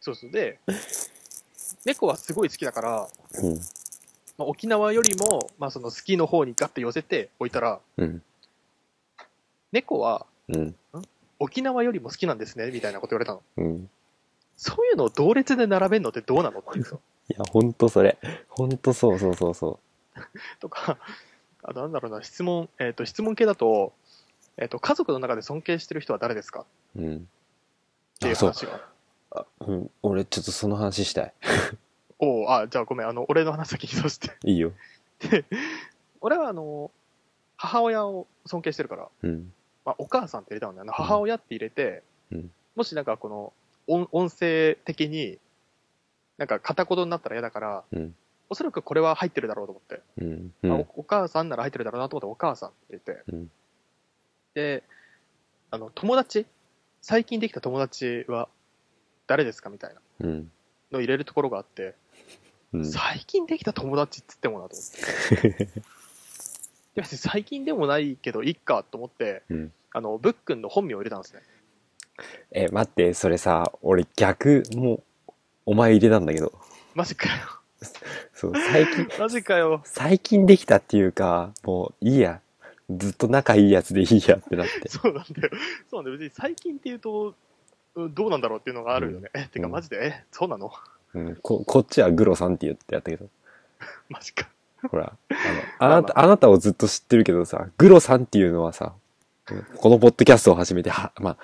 Speaker 1: そうそう。で、猫はすごい好きだから、
Speaker 2: うん。
Speaker 1: まあ、沖縄よりも、まあ、その好きの方にガッと寄せておいたら、
Speaker 2: うん。
Speaker 1: 猫は
Speaker 2: うん。
Speaker 1: 沖縄よりも好きなんですね、みたいなこと言われたの。
Speaker 2: うん。
Speaker 1: そういうのを同列で並べるのってどうなのって言うんですよ。
Speaker 2: いや、ほんとそれ。ほんとそうそうそうそ
Speaker 1: とか、あとなんだろうな、質問、えっ、と、質問系だと、えっ、と、家族の中で尊敬してる人は誰ですかっ
Speaker 2: う。うん。
Speaker 1: ていう
Speaker 2: あそう
Speaker 1: 話が。
Speaker 2: あうん、俺ちょっとその話したい。
Speaker 1: おうあ、じゃあごめん、あの、俺の話先にさせて。
Speaker 2: いいよ。
Speaker 1: 俺はあの、母親を尊敬してるから、
Speaker 2: うん。
Speaker 1: まあ、お母さんって入れたのね、あの母親って入れて、
Speaker 2: うん
Speaker 1: もしなんかこの音音声的に、なんか片言になったら嫌だから、
Speaker 2: うん
Speaker 1: おそらくこれは入ってるだろうと思って、
Speaker 2: うん。う
Speaker 1: あ
Speaker 2: ん。
Speaker 1: おお母さんなら入ってるだろうなと思って、お母さんって入れて、
Speaker 2: うん
Speaker 1: であの友達、最近できた友達は誰ですかみたいな
Speaker 2: うん。
Speaker 1: の入れるところがあって、
Speaker 2: うん。
Speaker 1: 最近できた友達っつってもなと思って。い
Speaker 2: (laughs)
Speaker 1: や別に最近でもないけど、いっかと思って、
Speaker 2: うん
Speaker 1: あの、ブックンの本名を入れたんですね。
Speaker 2: え、待って、それさ、俺逆、もう、お前入れたんだけど。
Speaker 1: マジかよ。
Speaker 2: (laughs) そう、最
Speaker 1: (laughs)
Speaker 2: 近、
Speaker 1: マジかよ。
Speaker 2: 最近できたっていうか、もう、いいや。ずっと仲いいやつでいいやってなって。
Speaker 1: そうなんだよ。そうなんだよ。別に最近っていうと、うんどうなんだろうっていうのがあるよね。え、てか
Speaker 2: うん
Speaker 1: マジで、え、そうなの (laughs)
Speaker 2: うん。こ、こっちはグロさんって言ってやったけど。
Speaker 1: マジか。
Speaker 2: ほら、
Speaker 1: (laughs)
Speaker 2: あの、あなた、あなたをずっと知ってるけどさ、グロさんっていうのはさ、このポッドキャストを始めて、は、まあ、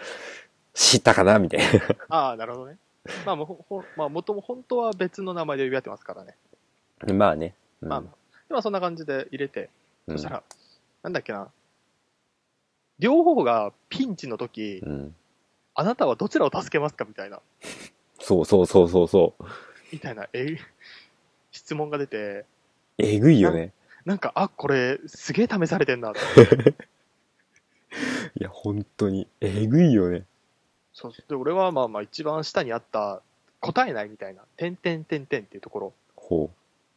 Speaker 2: 知ったかなみたいな。
Speaker 1: ああ、なるほどね。まあ、もうほほまあ、もとも本当は別の名前で呼び合ってますからね。
Speaker 2: (laughs) まあね。うん
Speaker 1: まあまあ。でもそんな感じで入れて、
Speaker 2: うん
Speaker 1: そしたら、なんだっけな。両方がピンチの時、
Speaker 2: うん。
Speaker 1: あなたはどちらを助けますかみたいな、
Speaker 2: そうそうそうそうそう。
Speaker 1: みたいな、えぐ、質問が出て、
Speaker 2: えぐいよね。
Speaker 1: なんか、あ、これ、すげえ試されてんな、
Speaker 2: いや、本当に。えぐいよね。
Speaker 1: そうで、俺はまあまあ一番下にあった、答えないみたいな、点点点点っていうところ
Speaker 2: ほ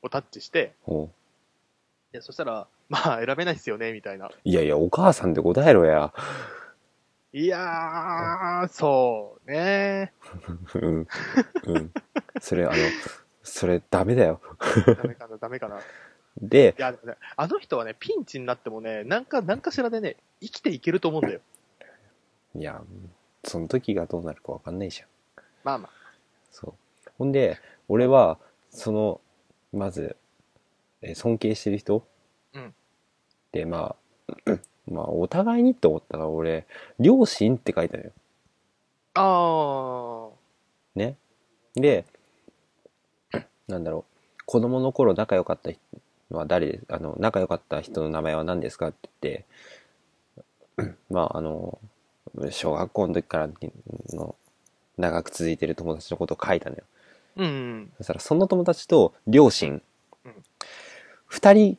Speaker 2: う。
Speaker 1: をタッチして、
Speaker 2: ほう。
Speaker 1: でそしたら、まあ選べないっすよね、みたいな。
Speaker 2: いやいや、お母さんで答えろや。
Speaker 1: いやー、そうね
Speaker 2: うん。うん。それ、あの、それダメだよ。
Speaker 1: ダメかな、ダメかな。い
Speaker 2: で、
Speaker 1: や、でもね、あの人はね、ピンチになってもね、なんか、なんかしらでね、生きていけると思うんだよ。
Speaker 2: いや、その時がどうなるかわかんないじゃん。
Speaker 1: まあまあ。
Speaker 2: そう。ほんで、俺は、その、まず、えー尊敬してる人、
Speaker 1: うん
Speaker 2: で、まあ、 (clears throat) まあ、お互いにって思ったら、俺、両親って書いたのよ。
Speaker 1: あー、
Speaker 2: ね。で、なんだろう、子供の頃仲良かった人は誰ですあの、仲良かった人の名前は何ですかって言って、まあ、あの、小学校の時からの、長く続いてる友達のことを書いたのよ。
Speaker 1: うん、
Speaker 2: そしたら、その友達と両親
Speaker 1: うん、
Speaker 2: 二、人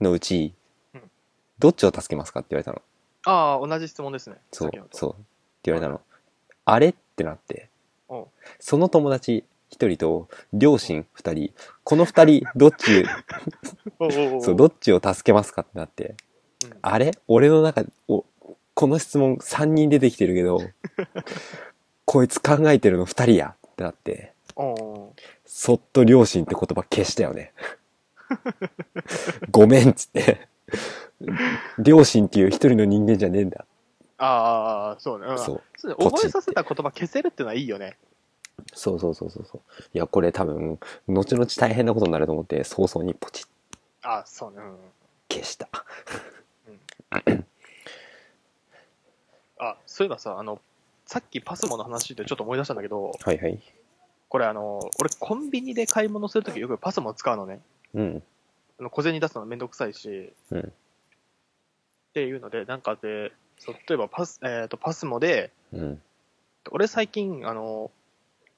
Speaker 2: のうち
Speaker 1: うん、
Speaker 2: どっちを助けますかって言われたの。
Speaker 1: あー、同じ質問ですね。
Speaker 2: そ
Speaker 1: さ
Speaker 2: う
Speaker 1: っきの、と
Speaker 2: そう。って言われたの。あれってなって
Speaker 1: おう、
Speaker 2: その友達一人と両親二人、この二人、どっち、
Speaker 1: おう (laughs) おうおう
Speaker 2: そう、どっちを助けますかってなって、
Speaker 1: うん
Speaker 2: あれ俺の中、お、この質問三人出てきて
Speaker 1: (laughs)
Speaker 2: るけど、こいつ考えてるの二人やってなって、
Speaker 1: おうおう
Speaker 2: そっと両親って言葉消したよ
Speaker 1: (laughs)
Speaker 2: ね。ごめんっつって。両親っていう一人の人間じゃねえんだ。
Speaker 1: ああ、そうね。うん
Speaker 2: そう
Speaker 1: そうね
Speaker 2: ポチ
Speaker 1: 覚えさせた言葉消せるってのはいいよね。
Speaker 2: そうそうそうそうそう。いや、これ多分、後々大変なことになると思って、早々にポチッ
Speaker 1: ああ、そうね。うん
Speaker 2: 消した。
Speaker 1: あ、そういえばさ、あの、さっきパスモの話でちょっと思い出したんだけど、
Speaker 2: はいはい。
Speaker 1: これあの、俺コンビニで買い物するときよくパスモ使うのね。
Speaker 2: うん。
Speaker 1: あの小銭出すのめんどくさいし、
Speaker 2: うん
Speaker 1: っていうので、なんかで、そう例えばパス、えっ、と、パスモで、
Speaker 2: うん。
Speaker 1: 俺最近、あの、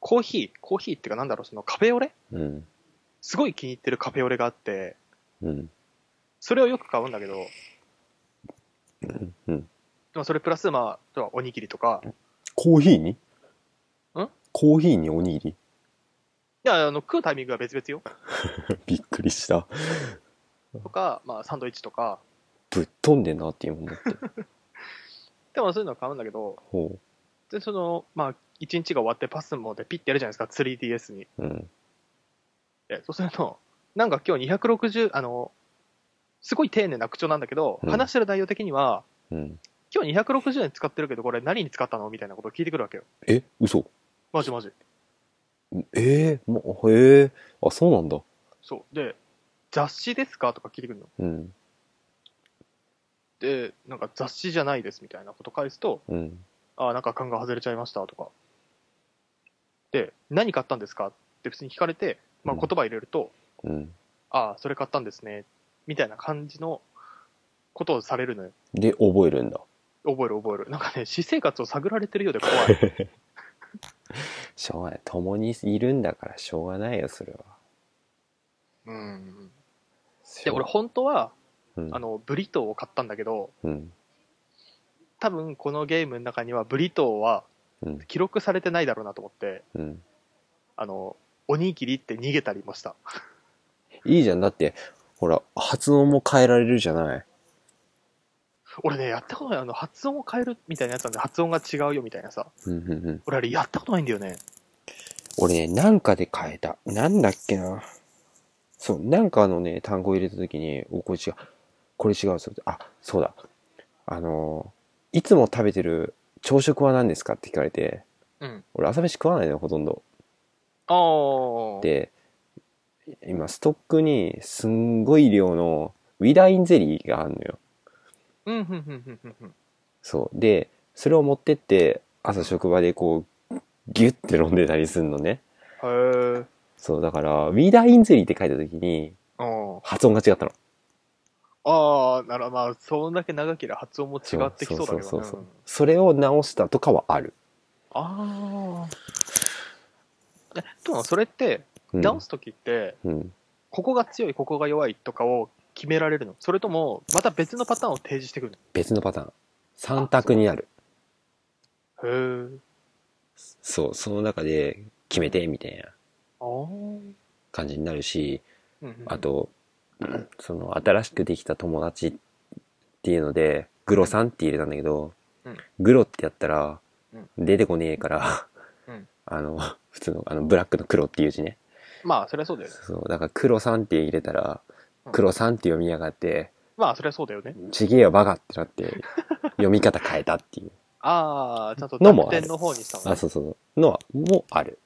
Speaker 1: コーヒー、コーヒーっていうかなんだろう、そのカフェオレ
Speaker 2: うん。
Speaker 1: すごい気に入ってるカフェオレがあって、
Speaker 2: うん。
Speaker 1: それをよく買うんだけど、
Speaker 2: うんうん。
Speaker 1: でもそれプラス、まあ、あとはおにぎりとか、
Speaker 2: コーヒーにんコーヒーにおにぎ
Speaker 1: いや、あの、食うタイミングは別々よ。
Speaker 2: り (laughs) びっくりした。
Speaker 1: とか、まあ、サンドイッチとか、
Speaker 2: ぶっ飛んでんなって今思って。
Speaker 1: でもそういうのは買うんだけど、
Speaker 2: ほ
Speaker 1: で、その、まあ、一日が終わってパスモでピッてやるじゃないですか、3DS に。
Speaker 2: う。うん。
Speaker 1: でそうすると、なんか今日260、あの、すごい丁寧な口調なんだけど、
Speaker 2: うん
Speaker 1: 話してる内容的には、
Speaker 2: うん。
Speaker 1: 今日260円使ってるけど、これ何に使ったのみたいなことを聞いてくるわけよ。
Speaker 2: え、嘘
Speaker 1: マジマジ。
Speaker 2: えー、もへえあ、そうなんだ。
Speaker 1: そう。で、雑誌ですかとか聞いてくるの。
Speaker 2: うん。
Speaker 1: で、なんか雑誌じゃないですみたいなこと返すと、
Speaker 2: うん。
Speaker 1: あーなんか缶が外れちゃいましたとか。で、何買ったんですかって普通に聞かれて、まあ、
Speaker 2: うん
Speaker 1: 言葉入れると、
Speaker 2: うん。
Speaker 1: ああ、それ買ったんですね。みたいな感じのことをされるのよ。
Speaker 2: で、覚えるんだ。
Speaker 1: 覚える覚える。なんかね、私生活を探られてるようで怖
Speaker 2: (laughs)
Speaker 1: い。
Speaker 2: しょうがない。共にいるんだからしょうがないよ、それは。
Speaker 1: うん。で、俺、本当は、
Speaker 2: うん、
Speaker 1: あ、の、ブリトーを買ったんだけど、
Speaker 2: うん。
Speaker 1: 多分このゲームの中にはブリトーは
Speaker 2: うん
Speaker 1: 記録されてないだろうなと思って、
Speaker 2: うん。
Speaker 1: あの、おにぎりって逃げたりもした。
Speaker 2: いいじゃん。だって、ほら、発音も変えられるじゃない。
Speaker 1: 俺ね、やったことない、あの、発音を変えるみたいなやつなんで、発音が違うよみたいなさ。
Speaker 2: うんうんうん。
Speaker 1: 俺あれやったことないんだよね。
Speaker 2: 俺ね、なんかで変えた。なんだっけな。そう、なんかのね、単語入れたときに、お、これ違う。これ違う。それあ、そうだ。あのー、いつも食べてる朝食は何ですかって聞かれて、
Speaker 1: うん。
Speaker 2: 俺朝飯食わないのよ、ほとんど。
Speaker 1: ああ。
Speaker 2: で、今、ストックにすんごい量のウィダインゼリーがあるのよ。
Speaker 1: うん、うん、うん、うん、うん。
Speaker 2: そう。で、それを持ってって、朝職場でこう、ギュッて飲んでたりするのね。
Speaker 1: うん。へえ。
Speaker 2: そう、だから、ウィダインゼリーって書いた時に、
Speaker 1: うん。
Speaker 2: 発音が違ったの。
Speaker 1: ああ、ならまあ、そんだけ長ければ発音も違ってきそうだけど
Speaker 2: そうそう
Speaker 1: ね
Speaker 2: そうそう。それを直したとかはある。
Speaker 1: ああ。え、でもそれって、
Speaker 2: うん、
Speaker 1: 直すときって、
Speaker 2: うん。
Speaker 1: ここが強い、ここが弱いとかを決められるのそれとも、また別のパターンを提示してくる
Speaker 2: 別のパターン。三択になる。
Speaker 1: のへえ。
Speaker 2: そう、その中で決めて、みたいな
Speaker 1: ああ。うん
Speaker 2: 感じになるし、
Speaker 1: うん
Speaker 2: あ、と、その、新しくできた友達っていうので、グロさんって入れたんだけど、
Speaker 1: うん
Speaker 2: グロってやったら
Speaker 1: うん、
Speaker 2: 出てこねえから、
Speaker 1: うん
Speaker 2: (laughs) あの、普通の、あの、ブラックの黒っていう字ね。
Speaker 1: まあ、そりゃそうだよね。
Speaker 2: そう、だから黒さんって入れたら
Speaker 1: う、ん
Speaker 2: 黒さんって読みやがって、
Speaker 1: まあ、そりゃそうだよね。
Speaker 2: ちげえよバカってなって、読み方変えたっていう。
Speaker 1: ああ、ちゃんと
Speaker 2: の
Speaker 1: 濁
Speaker 2: も
Speaker 1: (laughs)
Speaker 2: ある
Speaker 1: 点の方にしたの
Speaker 2: あ、
Speaker 1: ね。
Speaker 2: そうそうそう。のは、もある。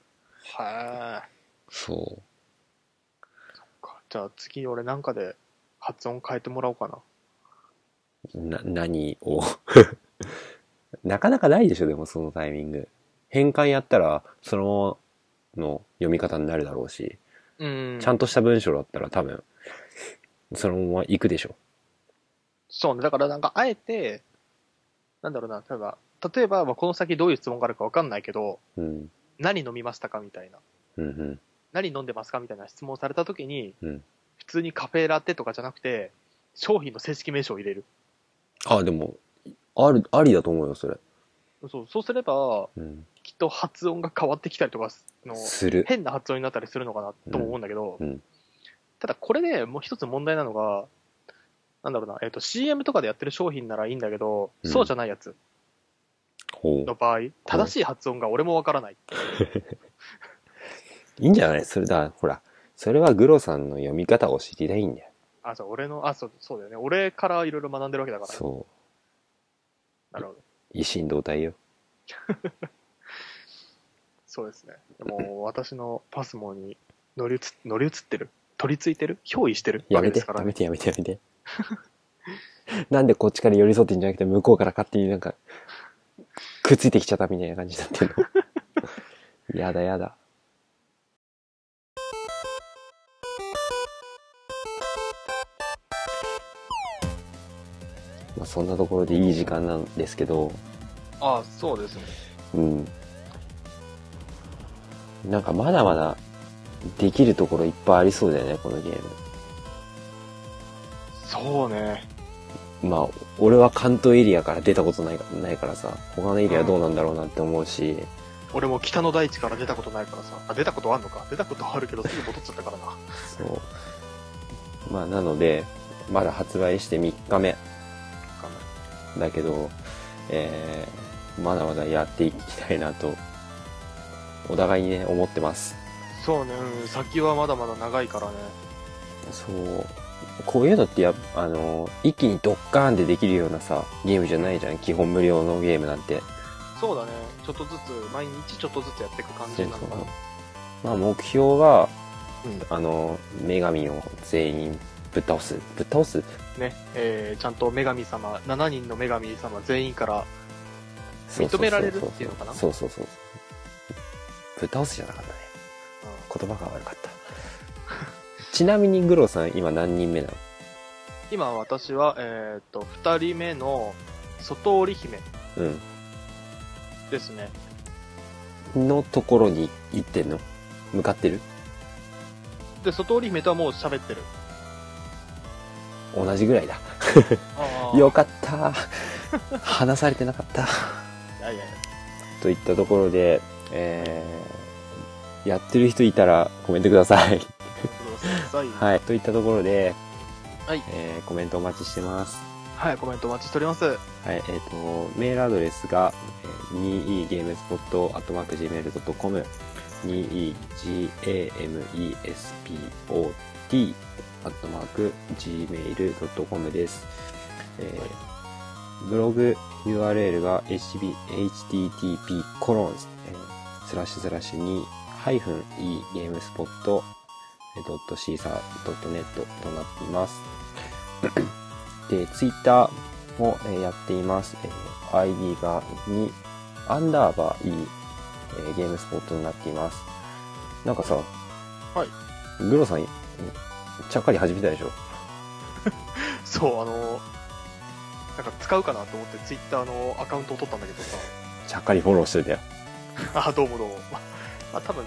Speaker 1: はあ。
Speaker 2: そう。
Speaker 1: じゃあ次俺なんかで発音変えてもらおうかな。
Speaker 2: な、何を (laughs) なかなかないでしょ、でもそのタイミング。変換やったら、そのままの読み方になるだろうし、
Speaker 1: うん
Speaker 2: ちゃんとした文章だったら多分、そのまま行くでしょ。
Speaker 1: そうね。だからなんかあえて、なんだろうな、例えば、例えばまあこの先どういう質問があるかわかんないけど、
Speaker 2: うん。
Speaker 1: 何飲みましたかみたいな。
Speaker 2: うん
Speaker 1: 何飲んでますかみたいな質問された時に、
Speaker 2: うん
Speaker 1: 普通にカフェラテとかじゃなくて、商品の正式名称を入れる。
Speaker 2: うん。あ、でも、ある、ありだと思うよ、それ。
Speaker 1: そう、そうすれば、
Speaker 2: うん。
Speaker 1: きっと発音が変わってきたりとか、の
Speaker 2: する。
Speaker 1: 変な発音になったりするのかなとも思うんだけど、
Speaker 2: うんうん
Speaker 1: ただこれでもう一つ問題なのが、なんだろうな、えっ、と、CM とかでやってる商品ならいいんだけど、
Speaker 2: うん
Speaker 1: そうじゃないやつ
Speaker 2: ほう
Speaker 1: の。場合、正しい発音が俺もわからない。
Speaker 2: いいんじゃないそれだ、ほら。それはグロさんの読み方を知りたいんだよ。
Speaker 1: あ、そう、俺の、あ、そう、そうだよね。俺からいろいろ学んでるわけだから。
Speaker 2: そ
Speaker 1: なるほど。
Speaker 2: う。一心同体よ。
Speaker 1: そうですね。でも、私のパスモに乗り移っ、 (laughs) 乗り移ってる取り付いてる憑依してる
Speaker 2: や
Speaker 1: わけ
Speaker 2: め
Speaker 1: で
Speaker 2: て、
Speaker 1: すから
Speaker 2: や
Speaker 1: ね
Speaker 2: め。て、やめて、やめて。 (laughs) なんでこっちから寄り添ってんじゃなくて、向こうから勝手になんか、くっついてきちゃったみたいな感じになってる (laughs) の。やだやだ。まあ、そんなところでいい時間なんですけど、
Speaker 1: ああ、そうですね。
Speaker 2: うん。なんかまだまだできるところいっぱいありそうだよね、このゲー
Speaker 1: そうね。
Speaker 2: ム。まあ、俺は関東エリアから出たことないないからさ、他のエリアどうなんだろうなって思うし、
Speaker 1: 俺も北の大地から出たことないからさ。あ、出たことあんのか。出たことはあるけど、すぐ戻っちゃったからな。
Speaker 2: そう。まあ、なので、まだ発売して3日目だけど、えー、まだまだやっていきたいなと、お互いにね、思ってます。
Speaker 1: そうね、うん先はまだまだ長いからね。
Speaker 2: そう。こういうのってやっぱ、あの、一気にドッカーンでできるようなさ、ゲームじゃないじゃん。基本無料のゲームなんて。
Speaker 1: そうだね。ちょっとずつ、毎日ちょっとずつやっていく感じなのかな。
Speaker 2: まあ、目標は、
Speaker 1: うん
Speaker 2: あの、女神を全員ぶっ倒す。ぶっ倒す
Speaker 1: ね、えー、ちゃんと女神様、7人の女神様全員から、
Speaker 2: そうそうそう
Speaker 1: 認
Speaker 2: そう
Speaker 1: められるっていうのかな
Speaker 2: そうそうそう。ぶっ倒すじゃなかった
Speaker 1: う
Speaker 2: ね。
Speaker 1: ん
Speaker 2: 言葉が悪かった。 (laughs) ちなみに、グロさん、今何人目なの
Speaker 1: 今私は、えーっと、2人目の外織姫
Speaker 2: うん。
Speaker 1: ですね。
Speaker 2: のところに行ってんの向かってる
Speaker 1: で、外織姫とはもう喋ってる。
Speaker 2: 同じぐらいだ。
Speaker 1: あ
Speaker 2: よかった。話されてなかった。
Speaker 1: い
Speaker 2: (laughs)
Speaker 1: やいやいや
Speaker 2: といったところで、えー、やってる人いたらコメントください。
Speaker 1: ごめんなさい。はい、
Speaker 2: はい。といったところで、
Speaker 1: はい
Speaker 2: えー、コメントお待ちしてます。
Speaker 1: コメントお待ちしております。
Speaker 2: はい、えっ、と、メールアドレスが、えー、2egamespot.gmail.com、2egamespot.gmail.com です。えーブログ URL が hb http コロン、えースラッシュスラッシュ2ハイフン egamespot.caesar.net となっています。で、ツイッター、も、えーやっています。えー ID が2、アンダーバー E、えーゲームスポットになっています。なんかさ、はい。グロさん、うんちゃっかり始めたでしょ
Speaker 1: そう、あのー、なんか使うかなと思ってツイッターのアカウントを取ったんだけどさ。
Speaker 2: ちゃっかりフォローしてたよ。
Speaker 1: あ、どうもどう (laughs) も。ままあ、多分、うん、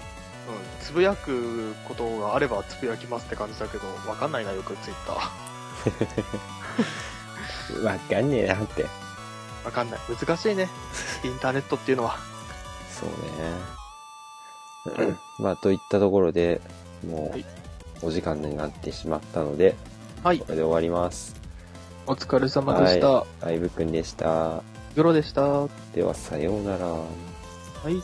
Speaker 1: つぶやくことがあればつぶやきますって感じだけど、わかんないな、よくツイッター。
Speaker 2: わかんねえなって。
Speaker 1: わかんない。難しい (laughs) ね。インターネットっていうのは。
Speaker 2: そうね。まあ、といったところで、も、
Speaker 1: はいう
Speaker 2: お時間になってしまったので、
Speaker 1: はい
Speaker 2: こ。れで終わります。
Speaker 1: お疲れ様でした。
Speaker 2: アイブくんでした。
Speaker 1: グロでした。は
Speaker 2: では、さようなら。
Speaker 1: い。